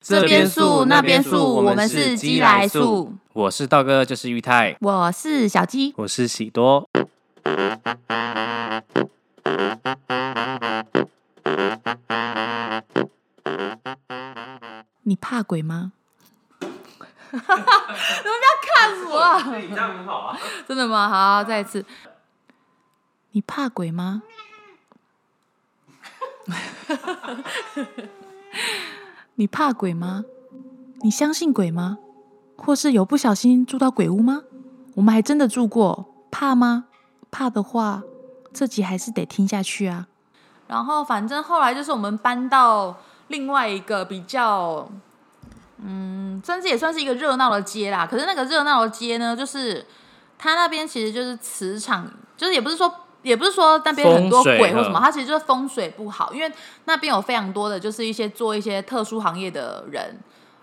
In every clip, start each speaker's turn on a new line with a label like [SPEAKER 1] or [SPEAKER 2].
[SPEAKER 1] 这边素那边素，我们是鸡来素。
[SPEAKER 2] 我是道哥，就是裕泰，
[SPEAKER 1] 我是小鸡，
[SPEAKER 2] 我是喜多。
[SPEAKER 1] 你怕 鬼吗？你们不要看 我、啊，
[SPEAKER 2] 这样很好啊。
[SPEAKER 1] 真的吗？好，再一次。你怕鬼吗？你怕鬼吗？你相信鬼吗？或是有不小心住到鬼屋吗？我们还真的住过，怕吗？怕的话，这集还是得听下去啊。然后反正后来就是我们搬到另外一个比较，嗯，算是也算是一个热闹的街啦。可是那个热闹的街呢，就是它那边其实就是磁场，就是也不是说。也不是说那边很多鬼或什么，它其实就是风水不好，因为那边有非常多的就是一些做一些特殊行业的人，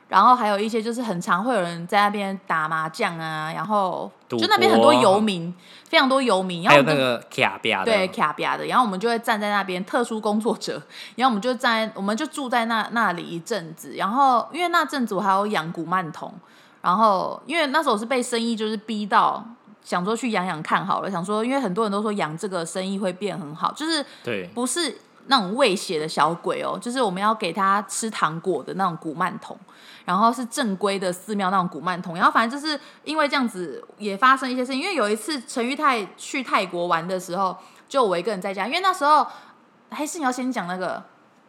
[SPEAKER 1] 然后还有一些就是很常会有人在那边打麻将啊，然后
[SPEAKER 2] 赌
[SPEAKER 1] 就那边很多
[SPEAKER 2] 博
[SPEAKER 1] 游民，非常多游民，然
[SPEAKER 2] 还有
[SPEAKER 1] 后我们
[SPEAKER 2] 那
[SPEAKER 1] 就
[SPEAKER 2] 个卡比亚的，
[SPEAKER 1] 对，卡比亚的，啊然后我们就会站在那边，特殊工作者，然后我们就站在，我们就住在那那里一阵子，然后因为那阵子我还有养古曼童，然后因为那时候我是被生意就是逼到。想说去养养看好了，想说因为很多人都说养这个生意会变很好，就是
[SPEAKER 2] 对，
[SPEAKER 1] 不是那种喂血的小鬼哦，就是我们要给他吃糖果的那种古曼童，然后是正规的寺庙那种古曼童，然后反正就是因为这样子也发生一些事情，因为有一次陈玉泰去泰国玩的时候，就我一个人在家，因为那时候还是你要先讲那个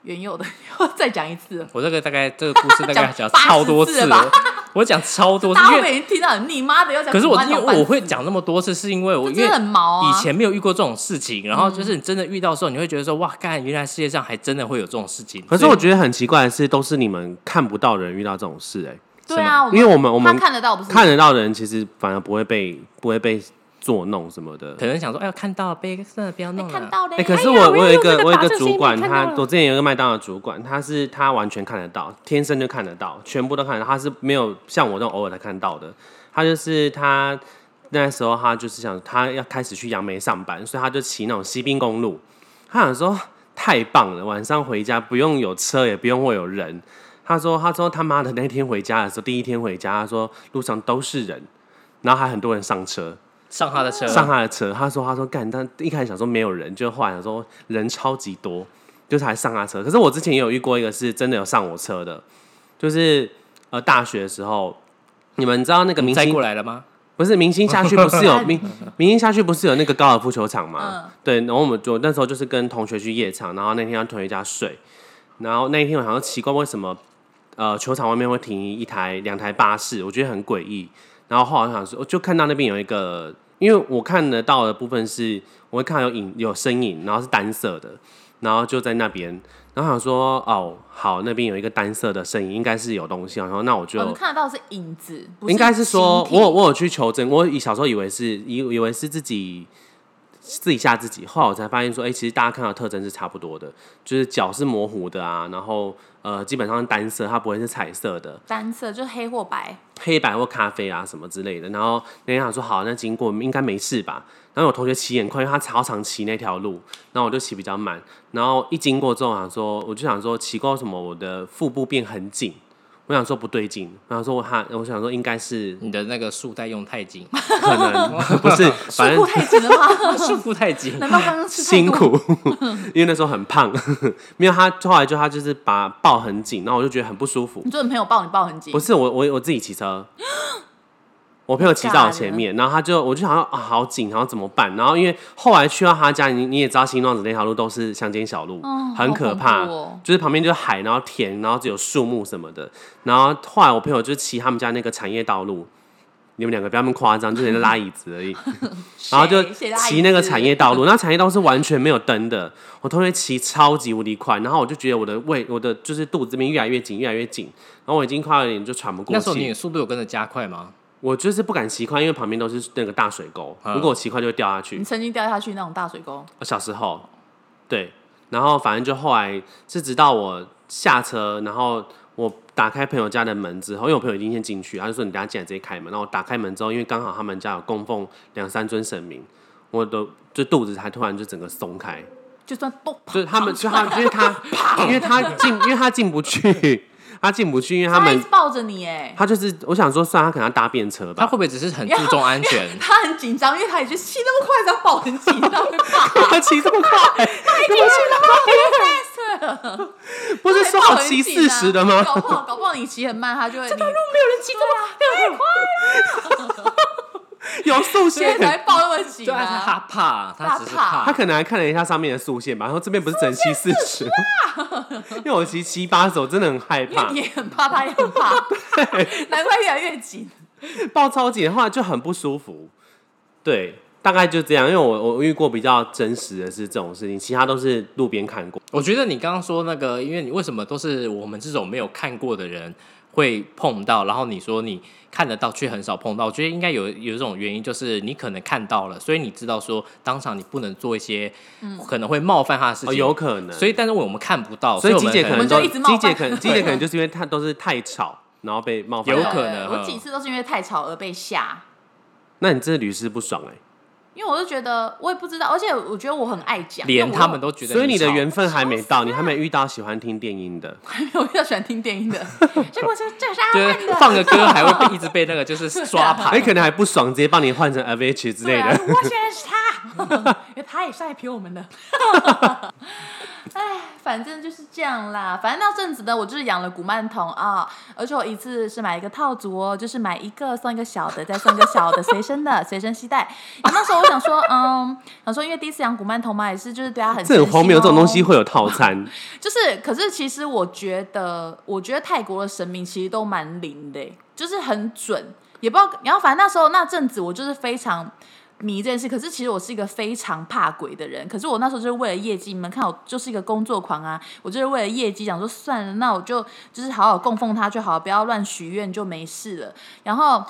[SPEAKER 1] 原有的， 要再讲一次了，
[SPEAKER 2] 我这个大概这个故事大概
[SPEAKER 1] 讲
[SPEAKER 2] 讲超多
[SPEAKER 1] 80次
[SPEAKER 2] 次
[SPEAKER 1] 了吧
[SPEAKER 2] 了，我讲超多次，
[SPEAKER 1] 大
[SPEAKER 2] 因
[SPEAKER 1] 家会不
[SPEAKER 2] 为
[SPEAKER 1] 会已经听到你妈的要讲
[SPEAKER 2] 可是
[SPEAKER 1] 古
[SPEAKER 2] 我
[SPEAKER 1] 曼
[SPEAKER 2] 因
[SPEAKER 1] 童
[SPEAKER 2] 为
[SPEAKER 1] 半次？
[SPEAKER 2] 我会讲那么多次，是因为我
[SPEAKER 1] 这
[SPEAKER 2] 因
[SPEAKER 1] 真
[SPEAKER 2] 为
[SPEAKER 1] 的很毛啊，嗯
[SPEAKER 2] 以前没有遇过这种事情，然后就是你真的遇到的时候，你会觉得说哇，干，原来世界上还真的会有这种事情。
[SPEAKER 3] 可是
[SPEAKER 2] 所以
[SPEAKER 3] 我觉得很奇怪的是，都是你们看不到的人遇到这种事、欸，
[SPEAKER 1] 对啊，
[SPEAKER 3] 因为我们我们
[SPEAKER 1] 他看得到不是
[SPEAKER 3] 看得到的人其实反而不会被不会被作弄什么的。
[SPEAKER 2] 可能想说，哎呀，看到了被真的不要
[SPEAKER 1] 没
[SPEAKER 2] 弄了。
[SPEAKER 1] 看到嘞、
[SPEAKER 3] 哎、可是
[SPEAKER 1] 哎
[SPEAKER 3] 我、
[SPEAKER 1] 呀
[SPEAKER 3] 我有一个我有一个主管，
[SPEAKER 1] 看到
[SPEAKER 3] 他我之前有一个麦当劳主管，他是他完全看得到，天生就看得到，全部都看得到，他是没有像我这种偶尔才看到的。他就是他那时候他就是想他要开始去杨梅上班，所以他就骑那种西滨公路。他想说太棒了，晚上回家不用有车，也不用会有人。他说他说他妈的那天回家的时候，第一天回家，他说路上都是人，然后还很多人上车。
[SPEAKER 2] 上他的车，
[SPEAKER 3] 上他的车，他说他说干，但一开始想说没有人，就后来想说人超级多，就是还上他车。可是我之前也有遇过一个是真的有上我车的，就是呃大学的时候，你们知道那个明
[SPEAKER 2] 载
[SPEAKER 3] 星
[SPEAKER 2] 过来了吗？
[SPEAKER 3] 不是明星下 去不是有
[SPEAKER 1] 嗯
[SPEAKER 3] 明明星下去不是有那个高尔夫球场吗？
[SPEAKER 1] 嗯
[SPEAKER 3] 对，然后我们就那时候就是跟同学去夜场，然后那天要同学家睡，然后那一天我想说奇怪为什么呃球场外面会停一台两台巴士，我觉得很诡异。然后后来我想说，我哦就看到那边有一个，因为我看得到的部分是我会看到有影有身影，然后是单色的，然后就在那边。然后想说，哦，好，那边有一个单色的身影，应该是有东西。然后那我就
[SPEAKER 1] 哎我们看得到是影子，不
[SPEAKER 3] 应该是说
[SPEAKER 1] 形，体
[SPEAKER 3] 我有我有去求证，我以小时候以为是以以为是自己自己吓自己，后来我才发现说，哎、其实大家看到的特征是差不多的，就是脚是模糊的啊，然后呃，基本上是单色，它不会是彩色的，
[SPEAKER 1] 单色，就是黑或白。
[SPEAKER 3] 黑白或咖啡啊什么之类的。然后那天想说，好，那经过应该没事吧？然后我同学骑很快，因为他超常骑那条路，然后我就骑比较慢。然后一经过之后，我想说，我就想说，奇怪，为什么我的腹部变很紧？我想说不对劲，我想说我他，我想说应该是
[SPEAKER 2] 你的那个束带用太 紧，
[SPEAKER 3] 可能不是， 反
[SPEAKER 1] 裤
[SPEAKER 3] 正
[SPEAKER 1] 太紧了 吗？
[SPEAKER 2] 束缚太紧。
[SPEAKER 1] 难道刚刚吃太
[SPEAKER 3] 辛
[SPEAKER 1] 多？
[SPEAKER 3] 苦， 因为那时候很胖， 没有他后来就他就是把抱很紧，然后我就觉得很不舒服
[SPEAKER 1] 你。做你朋友抱你抱很紧，
[SPEAKER 3] 不是我我我自己骑车，我朋友骑在我前面，然后他就我就想说啊好紧，然后怎么办？然后因为后来去到他家，你你也知道新庄子那条路都是乡间小路，
[SPEAKER 1] 嗯
[SPEAKER 3] 很可
[SPEAKER 1] 好
[SPEAKER 3] 怕，
[SPEAKER 1] 恐怖哦
[SPEAKER 3] 就是旁边就是海，然后田，然后只有树木什么的。然后后来我朋友就骑他们家那个产业道路。你们两个不要那么夸张，就是拉椅子而已。然后就
[SPEAKER 1] 谁
[SPEAKER 3] 骑那个产业，道路，那产业道路是完全没有灯的。我同学骑超级无敌快，然后我就觉得我的胃，我的就是肚子这边越来越紧，越来越紧，然后我已经快要有点就喘不过
[SPEAKER 2] 那时候你
[SPEAKER 3] 气。
[SPEAKER 2] 的速度有跟着加快吗？
[SPEAKER 3] 我就是不敢骑快，因为旁边都是那个大水沟，
[SPEAKER 2] 嗯
[SPEAKER 3] 如果我骑快就会掉下
[SPEAKER 1] 你
[SPEAKER 3] 去。
[SPEAKER 1] 曾经掉下去那种大水沟，
[SPEAKER 3] 我小时候，对，然后反正就后来是直到我下车，然后我打开朋友家的门之后，因为我朋友已经先进去，他就说你等下进来直接开门。然后我打开门之后，因为刚好他们家有供奉两三尊神明，我的就肚子才突然就整个松开。
[SPEAKER 1] 就算蹦，
[SPEAKER 3] 就是他们，就他，因为他，因为他进，因为他进不去，他进不去，因为他
[SPEAKER 1] 他一
[SPEAKER 3] 们
[SPEAKER 1] 直抱着你哎，
[SPEAKER 3] 他就是我想说，算了他可能要搭便车
[SPEAKER 2] 他
[SPEAKER 3] 吧
[SPEAKER 2] 会，不会只是很注重安全？
[SPEAKER 1] 他很紧张，因为他也觉得骑那么快，然后抱很 紧，啊他会怕。
[SPEAKER 3] 他骑这么 快，不是说好骑四十的吗？
[SPEAKER 1] 搞不好，搞不好你骑很慢，他就会。这条路没有人骑这么
[SPEAKER 3] 有速
[SPEAKER 1] 所以
[SPEAKER 3] 限，
[SPEAKER 1] 才会抱那么 紧
[SPEAKER 2] 对啊，是
[SPEAKER 1] 啊。
[SPEAKER 2] 他怕，他只是
[SPEAKER 1] 他怕
[SPEAKER 3] 他可能还看了一下上面的速限吧，然后这边不是只能骑四十， 因为我骑七八十，我真的很害
[SPEAKER 1] 因为
[SPEAKER 3] 怕
[SPEAKER 1] 你，也很怕，他也很怕， 难怪越来越紧。
[SPEAKER 3] 抱超紧的话就很不舒服。对，大概就这样，因为我我遇过比较真实的是这种事情，其他都是路边看过。
[SPEAKER 2] 我觉得你刚刚说那个，因为你为什么都是我们这种没有看过的人会碰到，然后你说你看得到却很少碰到，我觉得应该有有一种原因，就是你可能看到了，所以你知道说当场你不能做一些可能会冒犯他的事情，
[SPEAKER 3] 嗯哦，有可能。
[SPEAKER 2] 所以但是我们看不到，
[SPEAKER 3] 所
[SPEAKER 2] 以
[SPEAKER 3] 以
[SPEAKER 2] 我
[SPEAKER 3] 机
[SPEAKER 2] 们
[SPEAKER 3] 姐可能
[SPEAKER 1] 就
[SPEAKER 3] 都，
[SPEAKER 1] 一直冒
[SPEAKER 3] 机
[SPEAKER 1] 犯
[SPEAKER 3] 姐可能，机姐可能
[SPEAKER 1] 对
[SPEAKER 3] 就是因为她都是太吵，然后被冒犯
[SPEAKER 2] 有
[SPEAKER 3] 到。
[SPEAKER 2] 可能
[SPEAKER 3] 嗯
[SPEAKER 1] 对我几次都是因为太吵而被吓，
[SPEAKER 3] 那你真的屡试不爽哎、
[SPEAKER 1] 因为我就觉得我也不知道，而且我觉得我很爱讲，
[SPEAKER 2] 连他们
[SPEAKER 1] 都
[SPEAKER 2] 都觉得，
[SPEAKER 3] 所以你的缘分还没到，你还没遇到喜欢听电音的。
[SPEAKER 1] 还没有遇到喜欢听电 音的，结果是这是阿
[SPEAKER 2] 就是
[SPEAKER 1] 曼的，
[SPEAKER 2] 放个歌还会被一直被那个 就是刷牌，
[SPEAKER 3] 哎，可能还不爽，直接帮你换成 Avicii 之类
[SPEAKER 1] 对啊，
[SPEAKER 3] 的。
[SPEAKER 1] 我选的是他， 因为他也是来陪我们的。 哎，反正就是这样啦。反正那阵子呢，我就是养了古曼童啊，而且我一次是买一个套组哦，就是买一个送一个小的，再送一个小的随身的 随身携带。那时候我想说，嗯，想说因为第一次养古曼童嘛，也是就是对他很哦
[SPEAKER 3] 这很荒谬，这种东西
[SPEAKER 1] 会。
[SPEAKER 3] 会有套餐，
[SPEAKER 1] 就是，可是其实我觉得，我觉得泰国的神明其实都蛮灵的欸、就是很准，也不知道。然后反正那时候那阵子，我就是非常迷这件事。可是其实我是一个非常怕鬼的人。可是我那时候就是为了业绩，你们看我就是一个工作狂啊，我就是为了业绩想说算了，那我就就是好好供奉他就好，不要乱许愿就没事了。然后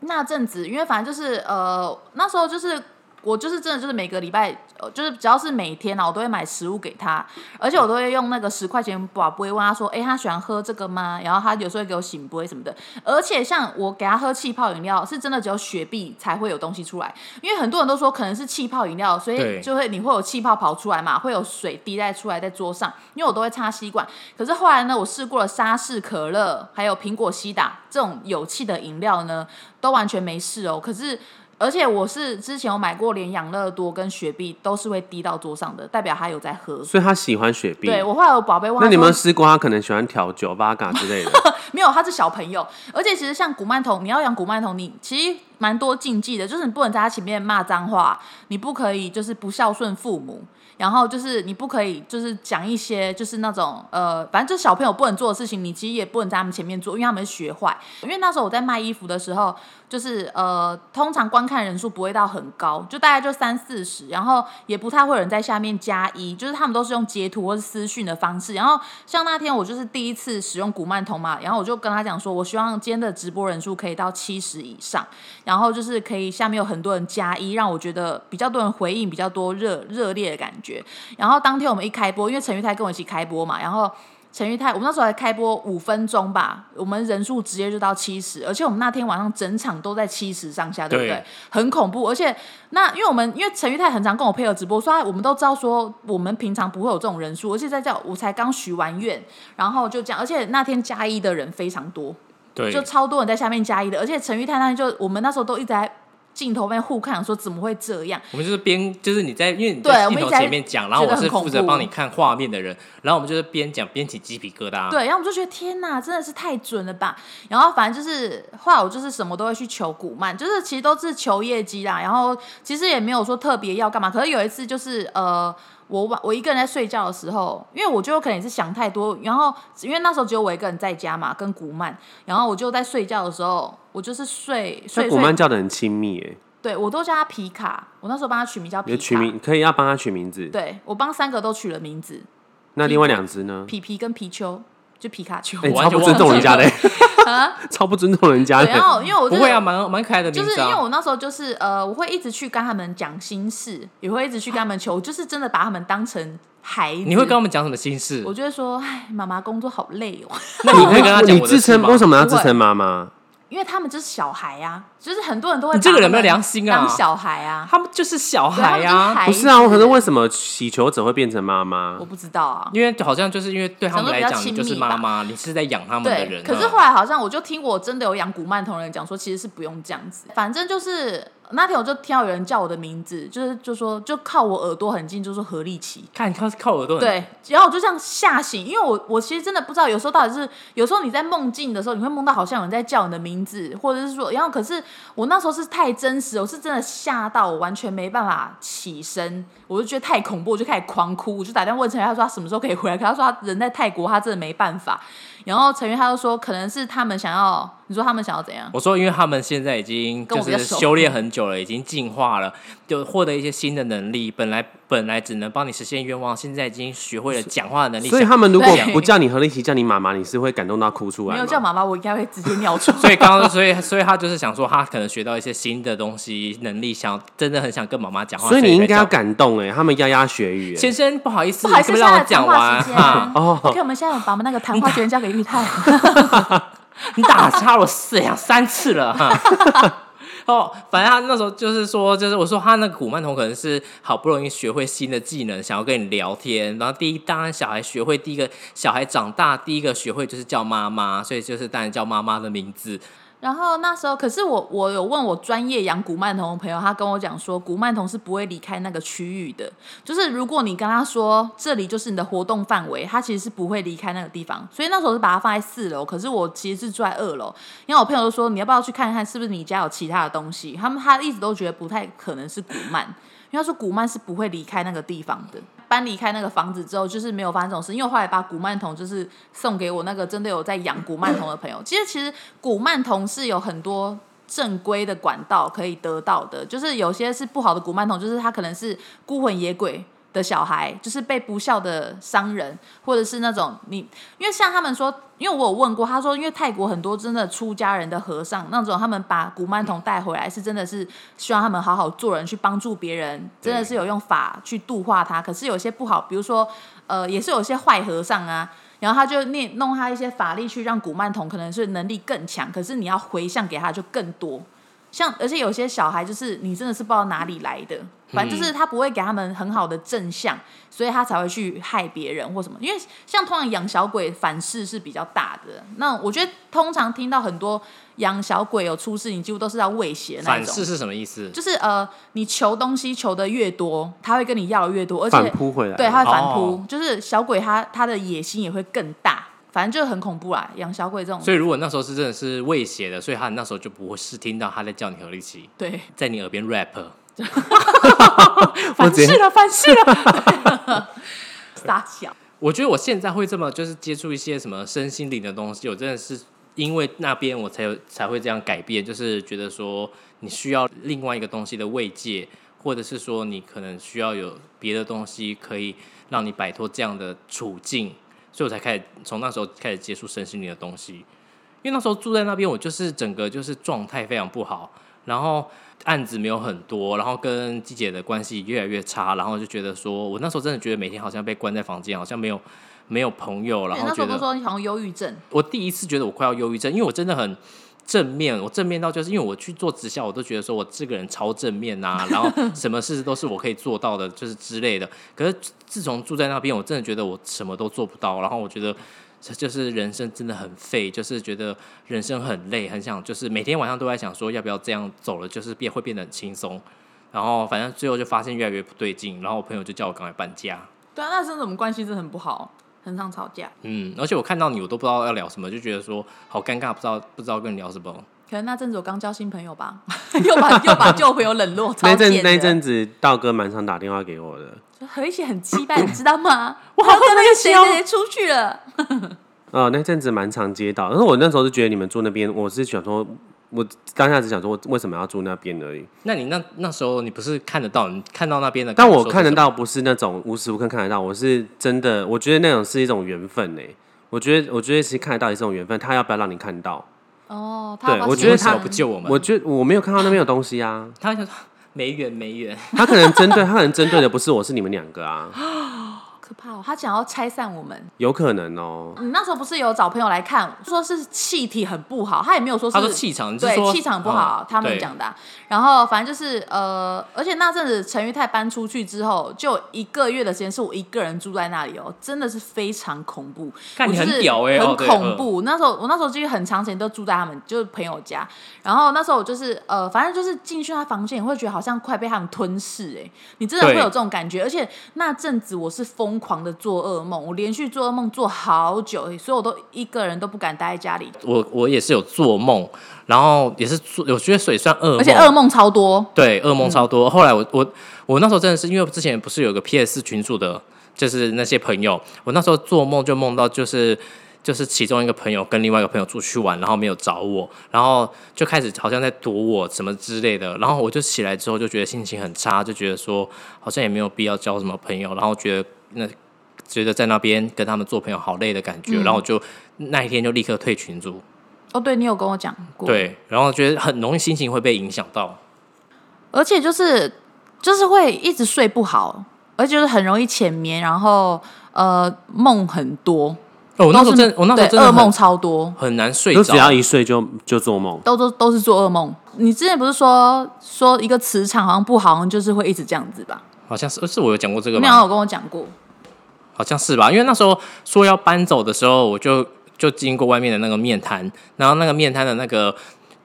[SPEAKER 1] 那阵子，因为反正就是呃，那时候就是我就是真的就是每个礼拜，呃就是只要是每天啊，我都会买食物给他，而且我都会用那个十块钱宝杯问他说，哎、他喜欢喝这个吗？然后他有时候会给我醒杯什么的。而且像我给他喝气泡饮料，是真的只有雪碧才会有东西出来，因为很多人都说可能是气泡饮料，所以
[SPEAKER 2] 对
[SPEAKER 1] 就会你会有气泡跑出来嘛，会有水滴在出来在桌上，因为我都会插吸管。可是后来呢，我试过了沙士、可乐，还有苹果西打这种有气的饮料呢，都完全没事哦。可是，而且我是之前有买过，连养乐多跟雪碧都是会滴到桌上的，代表他有在喝。
[SPEAKER 3] 所以他喜欢雪碧。
[SPEAKER 1] 对我后来我宝贝忘
[SPEAKER 3] 那
[SPEAKER 1] 了
[SPEAKER 3] 你
[SPEAKER 1] 说，
[SPEAKER 3] 们试过他可能喜欢调酒、八嘎之 类的？
[SPEAKER 1] 没有，他是小朋友，而且其实像古曼童，你要养古曼童，你其实蛮多禁忌的，就是你不能在他前面骂脏话，你不可以就是不孝顺父母，然后就是你不可以就是讲一些就是那种呃，反正就是小朋友不能做的事情，你其实也不能在他们前面做，因为他们会学坏。因为那时候我在卖衣服的时候，就是呃，通常观看人数不会到很高，就大概就三四十，然后也不太会有人在下面加一，就是他们都是用截图或是私讯的方式。然后像那天我就是第一次使用古曼童嘛，然后我就跟他讲说，我希望今天的直播人数可以到七十以上，然后就是可以下面有很多人加一，让我觉得比较多人回应，比较多热热烈的感觉。然后当天我们一开播，因为陈玉泰跟我一起开播嘛，然后。陈玉泰，我们那时候还开播五分钟吧，我们人数直接就到七十，而且我们那天晚上整场都在七十上下，对不对？
[SPEAKER 2] 对
[SPEAKER 1] 很恐怖，而且那因为我们因为陈玉泰很常跟我配合直播，所以我们都知道说我们平常不会有这种人数，而且在这我才刚许完愿，然后就这样，而且那天加一的人非常多，
[SPEAKER 2] 对
[SPEAKER 1] 就超多人在下面加一的，而且陈玉泰那天就我们那时候都一直在镜头面互看，说怎么会这样？
[SPEAKER 2] 我们就是边就是你在，因为你
[SPEAKER 1] 对
[SPEAKER 2] 在
[SPEAKER 1] 我
[SPEAKER 2] 镜
[SPEAKER 1] 们
[SPEAKER 2] 头
[SPEAKER 1] 一直在
[SPEAKER 2] 前面讲，然后
[SPEAKER 1] 觉
[SPEAKER 2] 我
[SPEAKER 1] 得很
[SPEAKER 2] 是
[SPEAKER 1] 恐
[SPEAKER 2] 负责
[SPEAKER 1] 怖
[SPEAKER 2] 帮你看画面的人，然后我们就是边讲边起鸡皮疙
[SPEAKER 3] 啊
[SPEAKER 2] 瘩。
[SPEAKER 1] 对，然后我们就觉得天哪，真的是太准了吧！然后反正就是后来我就是什么都会去求古曼，就是其实都是求业绩啦。然后其实也没有说特别要干嘛。可是有一次就是呃，我晚我一个人在睡觉的时候，因为我觉得我可能也是想太多，然后因为那时候只有我一个人在家嘛，跟古曼，然后我就在睡觉的时候，我就是睡
[SPEAKER 3] 那
[SPEAKER 1] 睡
[SPEAKER 3] 古曼
[SPEAKER 1] 睡，
[SPEAKER 3] 叫的很亲密哎，
[SPEAKER 1] 对我都叫他皮卡，我那时候帮他取名叫
[SPEAKER 3] 你
[SPEAKER 1] 皮
[SPEAKER 3] 的
[SPEAKER 1] 卡，
[SPEAKER 3] 取名可以要帮他取名字。
[SPEAKER 1] 对我帮三个都取了名字，
[SPEAKER 3] 那另外两只呢？
[SPEAKER 1] 皮皮跟皮丘，就皮卡丘
[SPEAKER 3] 哎，
[SPEAKER 2] 我
[SPEAKER 3] 超
[SPEAKER 2] 完全
[SPEAKER 3] 不尊重人家的欸，
[SPEAKER 1] 啊。
[SPEAKER 3] 超不尊重人家
[SPEAKER 1] 对，然
[SPEAKER 3] 的。
[SPEAKER 1] 后因为我
[SPEAKER 2] 不
[SPEAKER 1] 真的
[SPEAKER 2] 会啊，蛮蛮可爱的名
[SPEAKER 1] 就是
[SPEAKER 2] 字
[SPEAKER 1] 因为
[SPEAKER 2] 啊。
[SPEAKER 1] 我那时候就是呃，我会一直去跟他们讲心事，也会一直去跟他们求， 我就是真的把他们当成孩子。
[SPEAKER 2] 你会跟他们讲什么心事
[SPEAKER 1] 我？就会说，哎，妈妈工作好累哦，
[SPEAKER 2] 那你会跟他讲
[SPEAKER 3] 你
[SPEAKER 2] 我的
[SPEAKER 3] 自
[SPEAKER 2] 事
[SPEAKER 3] 称
[SPEAKER 2] 吗？
[SPEAKER 3] 为什么要自称妈妈？
[SPEAKER 1] 因因为他们就是小孩呀、就是很多人都会
[SPEAKER 2] 你这个
[SPEAKER 1] 把
[SPEAKER 2] 人没有
[SPEAKER 1] 他们
[SPEAKER 2] 良心啊
[SPEAKER 1] 当小孩啊，
[SPEAKER 2] 他们就是小
[SPEAKER 1] 对他们
[SPEAKER 2] 孩
[SPEAKER 1] 就是
[SPEAKER 2] 啊，
[SPEAKER 1] 孩
[SPEAKER 3] 不是啊，我可
[SPEAKER 1] 子
[SPEAKER 3] 是为什么祈求者会变成妈妈
[SPEAKER 1] 我？不知道啊。
[SPEAKER 2] 因为好像就是因为对他们来
[SPEAKER 1] 想说
[SPEAKER 2] 讲，
[SPEAKER 1] 比较
[SPEAKER 2] 你就是
[SPEAKER 1] 亲密吧
[SPEAKER 2] 妈妈，你是在养他们的
[SPEAKER 1] 对
[SPEAKER 2] 人，啊。
[SPEAKER 1] 可是后来好像我就听我真的有养古曼童人讲说，其实是不用这样子。反正就是那天我就听到有人叫我的名字，就是就说就靠我耳朵很近，就说何立奇。
[SPEAKER 2] 看靠靠耳朵很，
[SPEAKER 1] 对，然后我就这样吓醒，因为我我其实真的不知道，有时候到底是有时候你在梦境的时候，你会梦到好像有人在叫你的名字，或者是说，然后可是我那时候是太真实，我是真的吓到，我完全没办法起身，我就觉得太恐怖，我就开始狂哭，我就打电话问陈宇，他说他什么时候可以回来，可他说他人在泰国，他真的没办法。然后陈宇他就说，可能是他们想要，你说他们想要怎样？
[SPEAKER 2] 我说，因为他们现在已经就
[SPEAKER 1] 跟我比较
[SPEAKER 2] 是
[SPEAKER 1] 熟
[SPEAKER 2] 修炼很久了，已经进化了，就获得一些新的能力。本来本来只能帮你实现愿望，现在已经学会了讲话的能力。
[SPEAKER 3] 所以
[SPEAKER 2] 想
[SPEAKER 3] 他们如果
[SPEAKER 1] 对
[SPEAKER 3] 不叫你何立奇，叫你妈妈，你是会感动到哭出
[SPEAKER 1] 没
[SPEAKER 3] 来
[SPEAKER 1] 有叫
[SPEAKER 3] 吗？
[SPEAKER 1] 妈妈，我应该会直接尿床。
[SPEAKER 2] 所以刚刚，所以所以他就是想说，他可能学到一些新的东西，能力想真的很想跟妈妈讲话。
[SPEAKER 3] 所以你应该要
[SPEAKER 2] 才叫
[SPEAKER 3] 感动哎，他们牙牙学语
[SPEAKER 2] 先
[SPEAKER 3] 哎。
[SPEAKER 2] 生不好意思，
[SPEAKER 1] 不好意思，
[SPEAKER 2] 你
[SPEAKER 1] 现
[SPEAKER 2] 可不可以让
[SPEAKER 1] 在
[SPEAKER 2] 我
[SPEAKER 1] 谈
[SPEAKER 2] 讲
[SPEAKER 1] 话
[SPEAKER 2] 完啊
[SPEAKER 1] 时间。
[SPEAKER 2] 哈，
[SPEAKER 3] 哦
[SPEAKER 1] OK，我们现在把我们那个谈话时间交给玉泰。
[SPEAKER 2] 你打岔我四两三次了哈。 哦，反正他那时候就是说，就是我说他那个古曼童可能是好不容易学会新的技能，想要跟你聊天。然后第一，当然小孩学会第一个，小孩长大第一个学会就是叫妈妈，所以就是当然叫妈妈的名字。
[SPEAKER 1] 然后那时候，可是我我有问我专业养古曼童的朋友，他跟我讲说，古曼童是不会离开那个区域的。就是如果你跟他说这里就是你的活动范围，他其实是不会离开那个地方。所以那时候是把它放在四楼，可是我其实是住在二楼。因为我朋友就说，你要不要去看看是不是你家有其他的东西？他们他一直都觉得不太可能是古曼。因为他说古曼是不会离开那个地方的。搬离开那个房子之后，就是没有发生这种事。因为我后来把古曼童就是送给我那个真的有在养古曼童的朋友。其实其实古曼童是有很多正规的管道可以得到的，就是有些是不好的古曼童，就是他可能是孤魂野鬼。的小孩就是被不孝的商人，或者是那种你，因为像他们说，因为我有问过，他说因为泰国很多真的出家人的和尚，那种他们把古曼童带回来，是真的是希望他们好好做人，去帮助别人，真的
[SPEAKER 2] 对
[SPEAKER 1] 是有用法去度化他。可是有些不好，比如说呃，也是有些坏和尚啊，然后他就念弄他一些法力去让古曼童可能是能力更强，可是你要回向给他就更多。像而且有些小孩就是你真的是不知道哪里来的，反正就是他不会给他们很好的正向，所以他才会去害别人或什么。因为像通常养小鬼反噬是比较大的，那我觉得通常听到很多养小鬼有出事，你几乎都是要威胁那
[SPEAKER 2] 反
[SPEAKER 1] 一种
[SPEAKER 2] 噬。是什么意思？
[SPEAKER 1] 就是呃，你求东西求的越多，他会跟你要的越多，而
[SPEAKER 3] 反
[SPEAKER 1] 且
[SPEAKER 3] 扑回来，
[SPEAKER 1] 对，他会反扑，
[SPEAKER 2] 哦
[SPEAKER 1] 就是小鬼他他的野心也会更大，反正就是很恐怖啦。养小鬼这种，
[SPEAKER 2] 所以如果那时候是真的是威胁的，所以他那时候就不会是听到他在叫你何立奇，
[SPEAKER 1] 对，
[SPEAKER 2] 在你耳边 rap。
[SPEAKER 3] 我
[SPEAKER 1] 反
[SPEAKER 3] 直接
[SPEAKER 1] 噬了，反噬了， 傻小。
[SPEAKER 2] 我觉得我现在会这么就是接触一些什么身心灵的东西，我真的是因为那边我才有才会这样改变，就是觉得说你需要另外一个东西的慰藉，或者是说你可能需要有别的东西可以让你摆脱这样的处境，所以我才开始从那时候开始接触身心灵的东西。因为那时候住在那边，我就是整个就是状态非常不好，然后案子没有很多，然后跟季姐的关系越来越差，然后就觉得说，我那时候真的觉得每天好像被关在房间，好像没有没有朋友，然
[SPEAKER 1] 对，
[SPEAKER 2] 后
[SPEAKER 1] 那时
[SPEAKER 2] 觉
[SPEAKER 1] 候不
[SPEAKER 2] 得
[SPEAKER 1] 是说你好像忧郁症，
[SPEAKER 2] 我第一次觉得我快要忧郁症，因为我真的很正面，我正面到就是因为我去做直销，我都觉得说我这个人超正面啊，然后什么事都是我可以做到的，就是之类的。可是自从住在那边，我真的觉得我什么都做不到，然后我觉得。就是人生真的很废，就是觉得人生很累，很想就是每天晚上都在想说要不要这样走了，就是变会变得很轻松。然后反正最后就发现越来越不对劲，然后我朋友就叫我赶快搬家。
[SPEAKER 1] 对啊，那时候我们关系真的很不好，很常吵架。
[SPEAKER 2] 嗯，而且我看到你，我都不知道要聊什么，就觉得说好尴尬，不知道不知道跟你聊什么。
[SPEAKER 1] 可能那阵子我刚交新朋友吧， 又把又把旧朋友冷 落，超
[SPEAKER 3] 那
[SPEAKER 1] 贱
[SPEAKER 3] 阵
[SPEAKER 1] 的
[SPEAKER 3] 那一阵子，道哥蛮常打电话给我的。
[SPEAKER 1] 就何一些很鸡掰，你知道 吗？
[SPEAKER 2] 我好
[SPEAKER 1] 然后跟那个谁
[SPEAKER 2] 害羞
[SPEAKER 1] 谁谁出去了，
[SPEAKER 3] 呃，那阵子蛮常接到，但是我那时候就觉得你们住那边，我是想说，我当下只想说，我为什么要住那边而已。
[SPEAKER 2] 那你那那时候你不是看得到，你看到那边的，
[SPEAKER 3] 但我看得，到，不是那种无时无刻看得到，我是真的，我觉得那种是一种缘分呢、我觉得，我觉得其实看得到也是一种缘分，他要不要让你看到？
[SPEAKER 1] 哦，他
[SPEAKER 3] 对
[SPEAKER 1] 要把
[SPEAKER 3] 我
[SPEAKER 1] 钱
[SPEAKER 3] 觉得
[SPEAKER 2] 为
[SPEAKER 1] 还
[SPEAKER 2] 什
[SPEAKER 3] 他
[SPEAKER 2] 么不救我们？
[SPEAKER 3] 我觉得我没有看到那边有东西啊，
[SPEAKER 2] 他就说没缘没缘，
[SPEAKER 3] 他可能针对，他可能针对的不是我，是你们两个啊。
[SPEAKER 1] 可怕哦！他想要拆散我们。
[SPEAKER 3] 有可能哦、
[SPEAKER 1] 你那时候不是有找朋友来看，说是气体很不好，他也没有说是
[SPEAKER 2] 他说气场，你是
[SPEAKER 1] 对
[SPEAKER 2] 说
[SPEAKER 1] 气场不好，
[SPEAKER 2] 嗯
[SPEAKER 1] 他们
[SPEAKER 2] 对
[SPEAKER 1] 讲的啊、然后反正就是呃，而且那阵子陈玉泰搬出去之后，就一个月的时间是我一个人住在那里哦，真的是非常恐怖。
[SPEAKER 2] 干
[SPEAKER 1] 我
[SPEAKER 2] 你
[SPEAKER 1] 就是
[SPEAKER 2] 很屌欸哦
[SPEAKER 1] 很
[SPEAKER 2] 对
[SPEAKER 1] 恐怖。那时候我那时候就是很长时间都住在他们就是朋友家，然后那时候我就是呃，反正就是进去他房间，你会觉得好像快被他们吞噬哎、你真的
[SPEAKER 2] 对
[SPEAKER 1] 会有这种感觉。而且那阵子我是疯狂的做噩梦，我连续做噩梦做好久、欸，所以我都一个人都不敢待在家里，
[SPEAKER 2] 我我也是有做梦，然后也是做，我觉得水算噩梦，
[SPEAKER 1] 而且噩梦超多。
[SPEAKER 2] 对，噩梦超多。后来我我我那时候真的是因为之前不是有个 PS 群组的，就是那些朋友，我那时候做梦就梦到就是。就是其中一个朋友跟另外一个朋友出去玩，然后没有找我，然后就开始好像在躲我什么之类的，然后我就起来之后就觉得心情很差，就觉得说好像也没有必要交什么朋友，然后觉得那觉得在那边跟他们做朋友好累的感觉，然后我就那一天就立刻退群组，
[SPEAKER 1] 哦，对你有跟我讲过，，
[SPEAKER 2] 对，然后觉得很容易心情会被影响到，
[SPEAKER 1] 而且就是就是会一直睡不好，而且就是很容易浅眠，然后呃梦很多，
[SPEAKER 2] 哦，我那时候
[SPEAKER 1] 都是
[SPEAKER 2] 真，我那时候
[SPEAKER 1] 对
[SPEAKER 2] 真的
[SPEAKER 1] 噩
[SPEAKER 2] 很
[SPEAKER 1] 梦超多。
[SPEAKER 2] 很难睡
[SPEAKER 3] 就
[SPEAKER 2] 着。
[SPEAKER 3] 只要一睡就就做梦。
[SPEAKER 1] 都都都是做噩梦。你之前不是说说一个磁场好像不好，好像就是会一直这样子吧？
[SPEAKER 2] 好像是呃是我有讲过这个
[SPEAKER 1] 没有，
[SPEAKER 2] 吗？
[SPEAKER 1] 有跟我讲过。
[SPEAKER 2] 好像是吧，因为那时候说要搬走的时候，我就就经过外面的那个面摊，然后那个面摊的那个。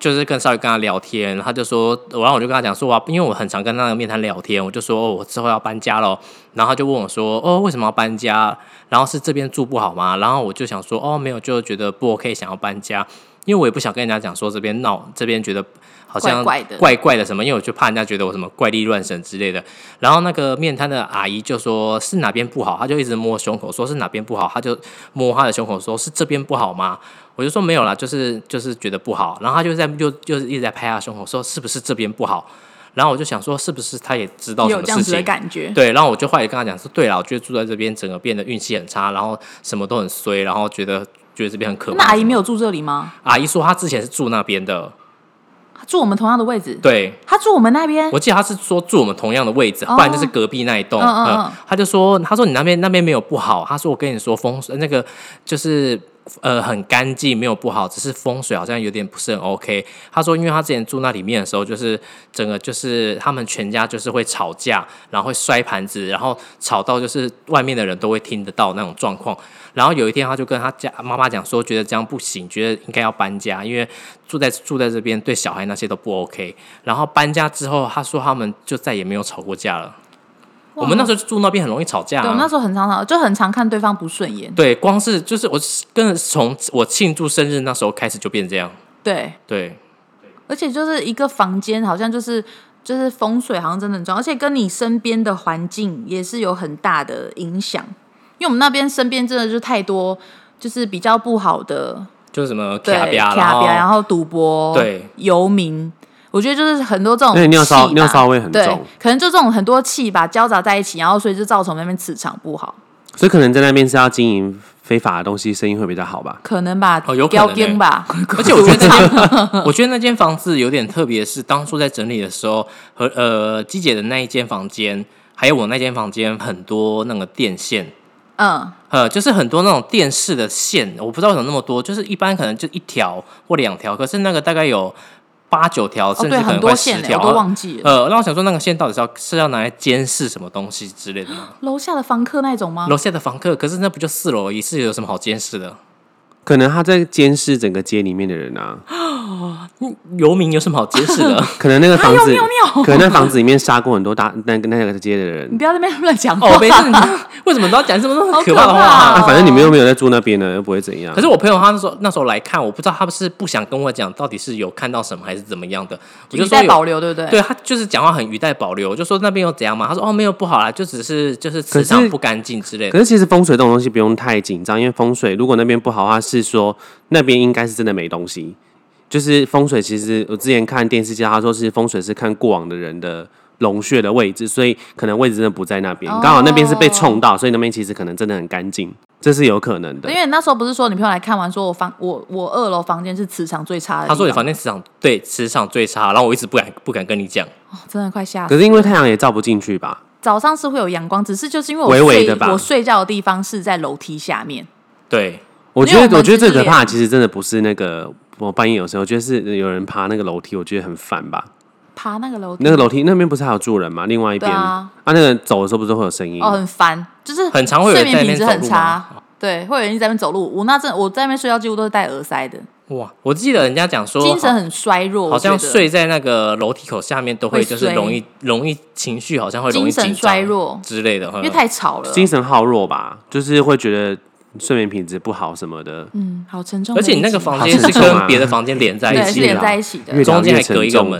[SPEAKER 2] 就是跟少宇跟他聊天，他就说，然后我就跟他讲说，哇，因为我很常跟那个面摊聊天，我就说、哦、我之后要搬家咯。然后他就问我说，哦，为什么要搬家？然后是这边住不好吗？然后我就想说，哦，没有，就觉得不 OK，想要搬家，因为我也不想跟人家讲说这边闹，这边觉得好像
[SPEAKER 1] 怪怪的
[SPEAKER 2] 怪怪的什么，因为我就怕人家觉得我什么怪力乱神之类的。然后那个面摊的阿姨就说是哪边不好，她就一直摸胸口，说是哪边不好，她就摸她的胸口说是这边不好吗？我就说没有啦，就是就是觉得不好，然后她就在就就是一直在拍她胸口说是不是这边不好，然后我就想说是不是她也知道什
[SPEAKER 1] 有
[SPEAKER 2] 么
[SPEAKER 1] 这样
[SPEAKER 2] 事
[SPEAKER 1] 子的
[SPEAKER 2] 情，
[SPEAKER 1] 感觉，
[SPEAKER 2] 对，然后我就后来跟他讲说，对了，我觉得住在这边整个变得运气很差，然后什么都很衰，然后觉得觉得这边很可怕。
[SPEAKER 1] 那阿姨没有住这里吗？
[SPEAKER 2] 阿姨说她之前是住那边的，
[SPEAKER 1] 她住我们同样的位置，
[SPEAKER 2] 对
[SPEAKER 1] 她住我们那边哦
[SPEAKER 2] 我，记得她是说住我们同样的位置，不然就是隔壁那一栋。
[SPEAKER 1] 嗯嗯嗯
[SPEAKER 2] 她就说她说你那边那边没有不好，她说我跟你说风呃水那个就是。呃，很干净，没有不好，只是风水好像有点不是很 OK。她说，因为她之前住那里面的时候，就是整个就是他们全家就是会吵架，然后会摔盘子，然后吵到就是外面的人都会听得到那种状况。然后有一天，他就跟他家妈妈讲说，觉得这样不行，觉得应该要搬家，因为住在住在这边对小孩那些都不 OK。然后搬家之后，他说他们就再也没有吵过架了。我们那时候住那边很容易吵架、
[SPEAKER 1] 对，我
[SPEAKER 2] 啊
[SPEAKER 1] 们那，时候很常常就很常看对方不顺眼，
[SPEAKER 2] 对，光是就是我跟着从我庆祝生日那时候开始就变这样，
[SPEAKER 1] 对，
[SPEAKER 2] 对，
[SPEAKER 1] 而且就是一个房间，好像就是就是风水好像真的很重要，而且跟你身边的环境也是有很大的影响，因为我们那边身边真的就太多就是比较不好的
[SPEAKER 2] 就是什么
[SPEAKER 1] 对，
[SPEAKER 2] 卡比亚，
[SPEAKER 1] 卡
[SPEAKER 2] 然
[SPEAKER 1] 比亚然
[SPEAKER 2] 后
[SPEAKER 1] 后赌博，
[SPEAKER 2] 对，
[SPEAKER 1] 游民，我觉得就是很多这种
[SPEAKER 3] 而且尿骚
[SPEAKER 1] 气吧
[SPEAKER 3] 尿骚味很
[SPEAKER 1] 对
[SPEAKER 3] 重，
[SPEAKER 1] 可能就这种很多气吧交杂在一起，然后所以就造成那边磁场不好，
[SPEAKER 3] 所以可能在那边是要经营非法的东西，生意会比较好吧？
[SPEAKER 1] 可能吧，
[SPEAKER 2] 哦有可能
[SPEAKER 1] 叼 烟吧，
[SPEAKER 2] 而且我觉得那 间，我觉得那间房子有点特别，是当初在整理的时候，和呃季姐的那一间房间，还有我那间房间，很多那个电线，
[SPEAKER 1] 嗯，
[SPEAKER 2] 呃，就是很多那种电视的线，我不知道为什么那么多，就是一般可能就一条或两条，可是那个大概有八九条，
[SPEAKER 1] 哦
[SPEAKER 2] 甚至
[SPEAKER 1] 对，
[SPEAKER 2] 可
[SPEAKER 1] 很
[SPEAKER 2] 能
[SPEAKER 1] 多
[SPEAKER 2] 快十
[SPEAKER 1] 线嘞，
[SPEAKER 2] 条。
[SPEAKER 1] 我都忘记了，
[SPEAKER 2] 呃，那我想说，那个线到底是要是要拿来监视什么东西之类的吗？
[SPEAKER 1] 楼下的房客那种吗？
[SPEAKER 2] 呃楼下的房客，可是那不就四楼而已，是有什么好监视的？
[SPEAKER 3] 可能他在监视整个街里面的人啊，
[SPEAKER 2] 嗯游民有什么好监视 的？
[SPEAKER 3] 可能那个
[SPEAKER 1] 他
[SPEAKER 3] 房
[SPEAKER 1] 要
[SPEAKER 3] 子，
[SPEAKER 1] 尿尿，
[SPEAKER 3] 可能那房子里面杀过很多大那个那个街的人
[SPEAKER 1] 你。不要在那边乱讲话，
[SPEAKER 2] 哦，没事，你为什么都要讲这么多
[SPEAKER 1] 好
[SPEAKER 2] 可怕的
[SPEAKER 1] 可
[SPEAKER 2] 话、
[SPEAKER 1] 怕
[SPEAKER 3] 啊，反正你们又没有在住那边呢，又不会怎样。
[SPEAKER 2] 可是我朋友他那时候那时候来看，我不知道他们是不想跟我讲到底是有看到什么还是怎么样的，我就
[SPEAKER 1] 你
[SPEAKER 2] 说
[SPEAKER 1] 在
[SPEAKER 2] 有
[SPEAKER 1] 保留，对不对？
[SPEAKER 2] 对他就是讲话很语带保留，我就说那边有怎样嘛？他说哦没有不好啦，就只是就是磁
[SPEAKER 3] 可
[SPEAKER 2] 场
[SPEAKER 3] 是
[SPEAKER 2] 不干净之类
[SPEAKER 3] 可
[SPEAKER 2] 的。
[SPEAKER 3] 是其实风水这种东西不用太紧张，因为风水如果那边不好的话，是说那边应该是真的没东西。就是风水，其实我之前看电视介绍，他说是风水是看过往的人的龙穴的位置，所以可能位置真的不在那边，
[SPEAKER 1] 哦
[SPEAKER 3] 刚、好那边是被冲到，所以那边其实可能真的很干净，这是有可能的
[SPEAKER 1] 因。为你那时候不是说你朋友来看完，说我房我我二楼房间是磁场最差的地
[SPEAKER 2] 他
[SPEAKER 1] 方，
[SPEAKER 2] 说你房间磁场对磁场最差，然后我一直不敢不敢跟你讲。
[SPEAKER 1] 哦真的快吓死
[SPEAKER 3] 可是因为太阳也照不进去吧，
[SPEAKER 1] 早上是会有阳光，只是就是因为我
[SPEAKER 3] 微
[SPEAKER 1] 睡
[SPEAKER 3] 微的吧
[SPEAKER 1] 我睡觉的地方是在楼梯下面，
[SPEAKER 2] 对，
[SPEAKER 3] 我觉
[SPEAKER 1] 因为我
[SPEAKER 3] 得，
[SPEAKER 1] 们
[SPEAKER 3] 我觉得最
[SPEAKER 1] 就是
[SPEAKER 3] 可怕，其实真的不是那个，我半夜有时候，我觉得是有人爬那个楼梯，我觉得很烦吧。
[SPEAKER 1] 爬那个楼梯，
[SPEAKER 3] 那个楼梯那边不是还有住人吗？另外一边
[SPEAKER 1] 对啊，
[SPEAKER 3] 那个走的时候不是会有声音？
[SPEAKER 1] 哦很烦，就是
[SPEAKER 2] 很常会有
[SPEAKER 1] 睡
[SPEAKER 2] 人在
[SPEAKER 1] 眠
[SPEAKER 2] 那边
[SPEAKER 1] 品质
[SPEAKER 2] 走
[SPEAKER 1] 很
[SPEAKER 2] 路吗
[SPEAKER 1] 差。。对，会有人一直在那边走路。我那阵我在那边睡觉，几乎都是戴耳塞的，
[SPEAKER 2] 哇，我记得人家讲说，
[SPEAKER 1] 精神很衰弱。
[SPEAKER 2] 哦好像
[SPEAKER 1] 我觉得
[SPEAKER 2] 睡在那个楼梯口下面都会
[SPEAKER 1] 会
[SPEAKER 2] 就是
[SPEAKER 1] 衰
[SPEAKER 2] 容易容易情绪好像会容易
[SPEAKER 1] 精神
[SPEAKER 2] 紧张
[SPEAKER 1] 衰弱
[SPEAKER 2] 之类的，因
[SPEAKER 1] 因为太吵了，
[SPEAKER 3] 精神耗弱吧，就是会觉得睡眠品质不好什么的。
[SPEAKER 1] 嗯，好沉重的
[SPEAKER 2] 而
[SPEAKER 1] 一集。
[SPEAKER 2] 且你那个房
[SPEAKER 3] 好
[SPEAKER 2] 间是
[SPEAKER 3] 沉重啊
[SPEAKER 2] 跟别的房间啊连在
[SPEAKER 1] 对
[SPEAKER 2] 一
[SPEAKER 1] 是
[SPEAKER 2] 起
[SPEAKER 1] 连
[SPEAKER 2] 的，
[SPEAKER 1] 在一起的
[SPEAKER 3] 越，
[SPEAKER 2] 中
[SPEAKER 3] 聊
[SPEAKER 2] 间
[SPEAKER 3] 越
[SPEAKER 2] 还
[SPEAKER 3] 沉
[SPEAKER 2] 隔一个
[SPEAKER 3] 重
[SPEAKER 2] 门。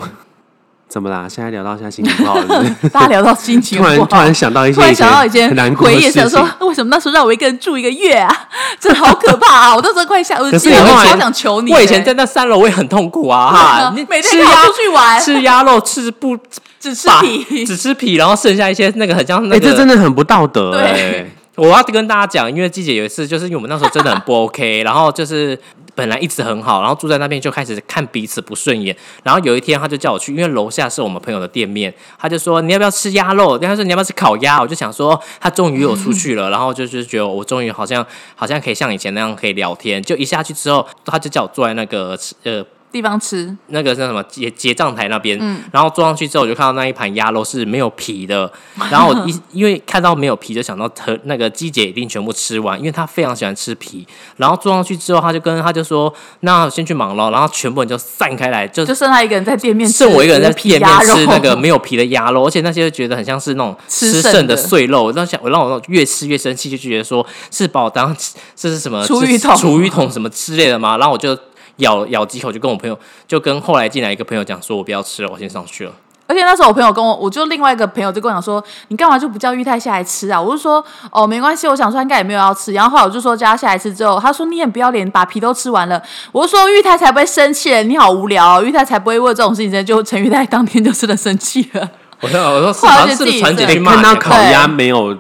[SPEAKER 3] 怎么啦？现在聊到现在心情不好了， 是不是
[SPEAKER 1] 大家聊到心 情
[SPEAKER 3] 突然
[SPEAKER 1] 不好
[SPEAKER 3] 突然想到一些
[SPEAKER 1] 突然想到以
[SPEAKER 3] 前
[SPEAKER 1] 前
[SPEAKER 3] 很难过
[SPEAKER 1] 回忆，
[SPEAKER 3] 的事
[SPEAKER 1] 想说
[SPEAKER 3] 情。
[SPEAKER 1] 为什么那时候让我一个人住一个月啊？ 真的好可怕啊！我那时候快吓，我
[SPEAKER 3] 可是
[SPEAKER 1] 记得
[SPEAKER 3] 你后
[SPEAKER 1] 我
[SPEAKER 3] 来
[SPEAKER 1] 超想求 你的。
[SPEAKER 2] 我以前在那三楼我也很痛苦啊， 哈，你
[SPEAKER 1] 对啊每
[SPEAKER 2] 吃
[SPEAKER 1] 天跑
[SPEAKER 2] 鸭
[SPEAKER 1] 出去玩，
[SPEAKER 2] 吃鸭肉吃不
[SPEAKER 1] 只 吃
[SPEAKER 2] 把
[SPEAKER 1] 皮，
[SPEAKER 2] 只吃皮，然后剩下一些那个很像那
[SPEAKER 3] 哎，
[SPEAKER 2] 个。
[SPEAKER 3] 这真的很不道德
[SPEAKER 1] 对
[SPEAKER 3] 哎。
[SPEAKER 2] 我要跟大家讲，因为季姐有一次，就是因为我们那时候真的很不 OK，然后就是本来一直很好，然后住在那边就开始看彼此不顺眼，然后有一天他就叫我去，因为楼下是我们朋友的店面，他就说你要不要吃鸭肉？他说你要不要吃烤鸭？我就想说他终于约我出去了，然后就是觉得我终于好像好像可以像以前那样可以聊天，就一下去之后，他就叫我坐在那个吃呃
[SPEAKER 1] 地方吃，
[SPEAKER 2] 那个叫什么结结账台那边，然后坐上去之后，我就看到那一盘鸭肉是没有皮的，然后我一因为看到没有皮，就想到她那个鸡姐一定全部吃完，因为她非常喜欢吃皮。然后坐上去之后，她就跟她就说：“那我先去忙咯。”然后全部人就散开来，就
[SPEAKER 1] 就剩他一个人在店面吃，
[SPEAKER 2] 剩我一个人在店面吃那个
[SPEAKER 1] 没
[SPEAKER 2] 没有皮的鸭肉，而且那些觉得很像是那种
[SPEAKER 1] 吃
[SPEAKER 2] 吃
[SPEAKER 1] 剩
[SPEAKER 2] 剩的
[SPEAKER 1] 的
[SPEAKER 2] 碎肉，我让想我让我越吃越生气，就觉得说是把我当这是什么
[SPEAKER 1] 厨
[SPEAKER 2] 这
[SPEAKER 1] 余
[SPEAKER 2] 是
[SPEAKER 1] 桶
[SPEAKER 2] 厨余桶什么之类的嘛，然后我就咬咬几口，就跟我朋友，就跟后来进来一个朋友讲说，我不要吃了，我先上去了。
[SPEAKER 1] 而且那时候我朋友跟我，我就另外一个朋友就跟我讲说，你干嘛就不叫玉泰下来吃啊？我就说哦，没关系，我想说他应该也没有要吃。然后后来我就说叫他下来吃之后，他说你很不要脸，把皮都吃完了。我就说玉泰才不会生气了，你好无聊、哦，玉泰才不会为这种事情生气。就陈玉泰当天就真的生气了，
[SPEAKER 2] 我说我说是
[SPEAKER 1] 后来
[SPEAKER 2] 好像
[SPEAKER 1] 就是自
[SPEAKER 2] 不
[SPEAKER 1] 己
[SPEAKER 2] 是传
[SPEAKER 1] 吃
[SPEAKER 2] 简
[SPEAKER 1] 了
[SPEAKER 2] 讯
[SPEAKER 3] 哎，
[SPEAKER 2] 骂
[SPEAKER 3] 看
[SPEAKER 2] 你
[SPEAKER 3] 到
[SPEAKER 2] 啊？
[SPEAKER 3] 烤鸭没有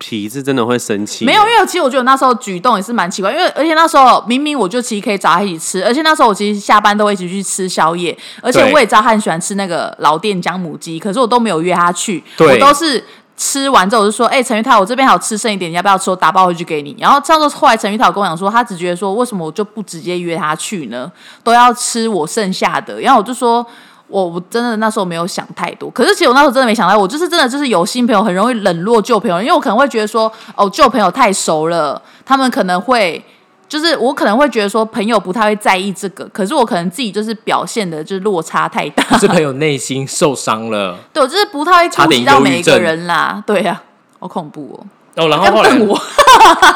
[SPEAKER 3] 皮是真的会生气。
[SPEAKER 1] 没有，因为其实我觉得我那时候举动也是蛮奇怪，因为而且那时候明明我就其实可以找他一起吃，而且那时候我其实下班都会一起去吃宵夜，而且
[SPEAKER 2] 对
[SPEAKER 1] 我也知道他很喜欢吃那个老店姜母鸡，可是我都没有约他去，
[SPEAKER 2] 对
[SPEAKER 1] 我都是。吃完之后我就说，哎、陈玉泰，我这边还有吃剩一点，你要不要吃？我打包回去给你。然后这样后来陈玉泰有跟我讲说，他只觉得说，为什么我就不直接约他去呢？都要吃我剩下的。然后我就说，我我真的那时候没有想太多，可是其实我那时候真的没想到，我就是真的就是有新朋友很容易冷落旧朋友，因为我可能会觉得说，哦，旧朋友太熟了，他们可能会。就是我可能会觉得说朋友不太会在意这个，可是我可能自己就是表现的就是落差太大，
[SPEAKER 2] 是朋友内心受伤了
[SPEAKER 1] 对我就是不太会
[SPEAKER 2] 差
[SPEAKER 1] 顾
[SPEAKER 2] 点
[SPEAKER 1] 及到
[SPEAKER 2] 忧郁
[SPEAKER 1] 每一个
[SPEAKER 2] 症
[SPEAKER 1] 人啦，对啊，好恐怖
[SPEAKER 2] 哦，然
[SPEAKER 1] 哦，
[SPEAKER 2] 后后
[SPEAKER 1] 要
[SPEAKER 2] 来
[SPEAKER 1] 瞪我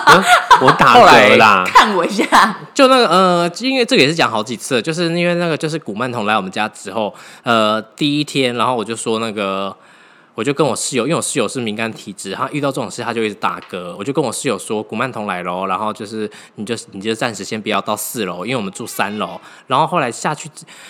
[SPEAKER 3] 呃我打
[SPEAKER 2] 后来
[SPEAKER 3] 嗝啦。
[SPEAKER 1] 看我一下，
[SPEAKER 2] 就那个呃，因为这个也是讲好几次了，就是因为那个就是古曼童来我们家之后，呃，第一天，然后我就说那个，我就跟我室友，因为我室友是敏感体质，他遇到这种事他就一直打嗝，我就跟我室友说古曼童来喽，然后就是你就你就暂时先不要到四楼，因为我们住三楼，然后后来下去，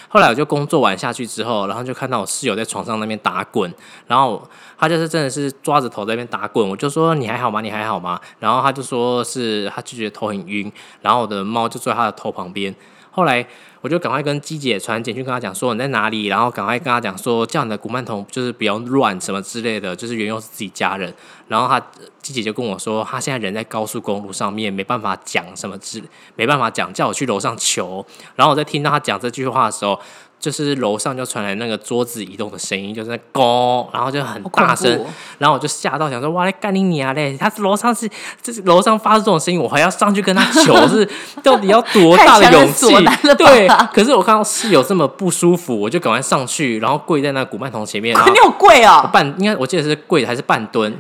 [SPEAKER 2] 后来我就工作完下去之后，然后就看到我室友在床上那边打滚，然后他就是真的是抓着头在那边打滚，我就说你还好吗？你还好吗？然后他就说是他就觉得头很晕，然后我的猫就坐在他的头旁边。后来我就赶快跟鸡姐传简讯跟他讲说你在哪里，然后赶快跟他讲说叫你的古曼童就是不要乱什么之类的，就是原佑是自己家人。然后他鸡姐就跟我说，他现在人在高速公路上面，没办法讲什么之，没办法讲，叫我去楼上求。然后我在听到他讲这句话的时候。就是楼上就传来那个桌子移动的声音，就是那咣，然后就很
[SPEAKER 1] 好恐
[SPEAKER 2] 大
[SPEAKER 1] 怖
[SPEAKER 2] 声，
[SPEAKER 1] 哦
[SPEAKER 2] 然后我就吓到，想说哇，来干你娘嘞！他是楼上是，这是楼上发出这种声音，我还要上去跟他求， 是到底要多大的勇气
[SPEAKER 1] 太强人所难？了吧
[SPEAKER 2] 对，可是我看到室友这么不舒服，我就赶快上去，然后跪在那古曼童前 面，然后
[SPEAKER 1] 你有跪
[SPEAKER 2] 我
[SPEAKER 1] 哦，
[SPEAKER 2] 半应该我记得是跪还是半蹲，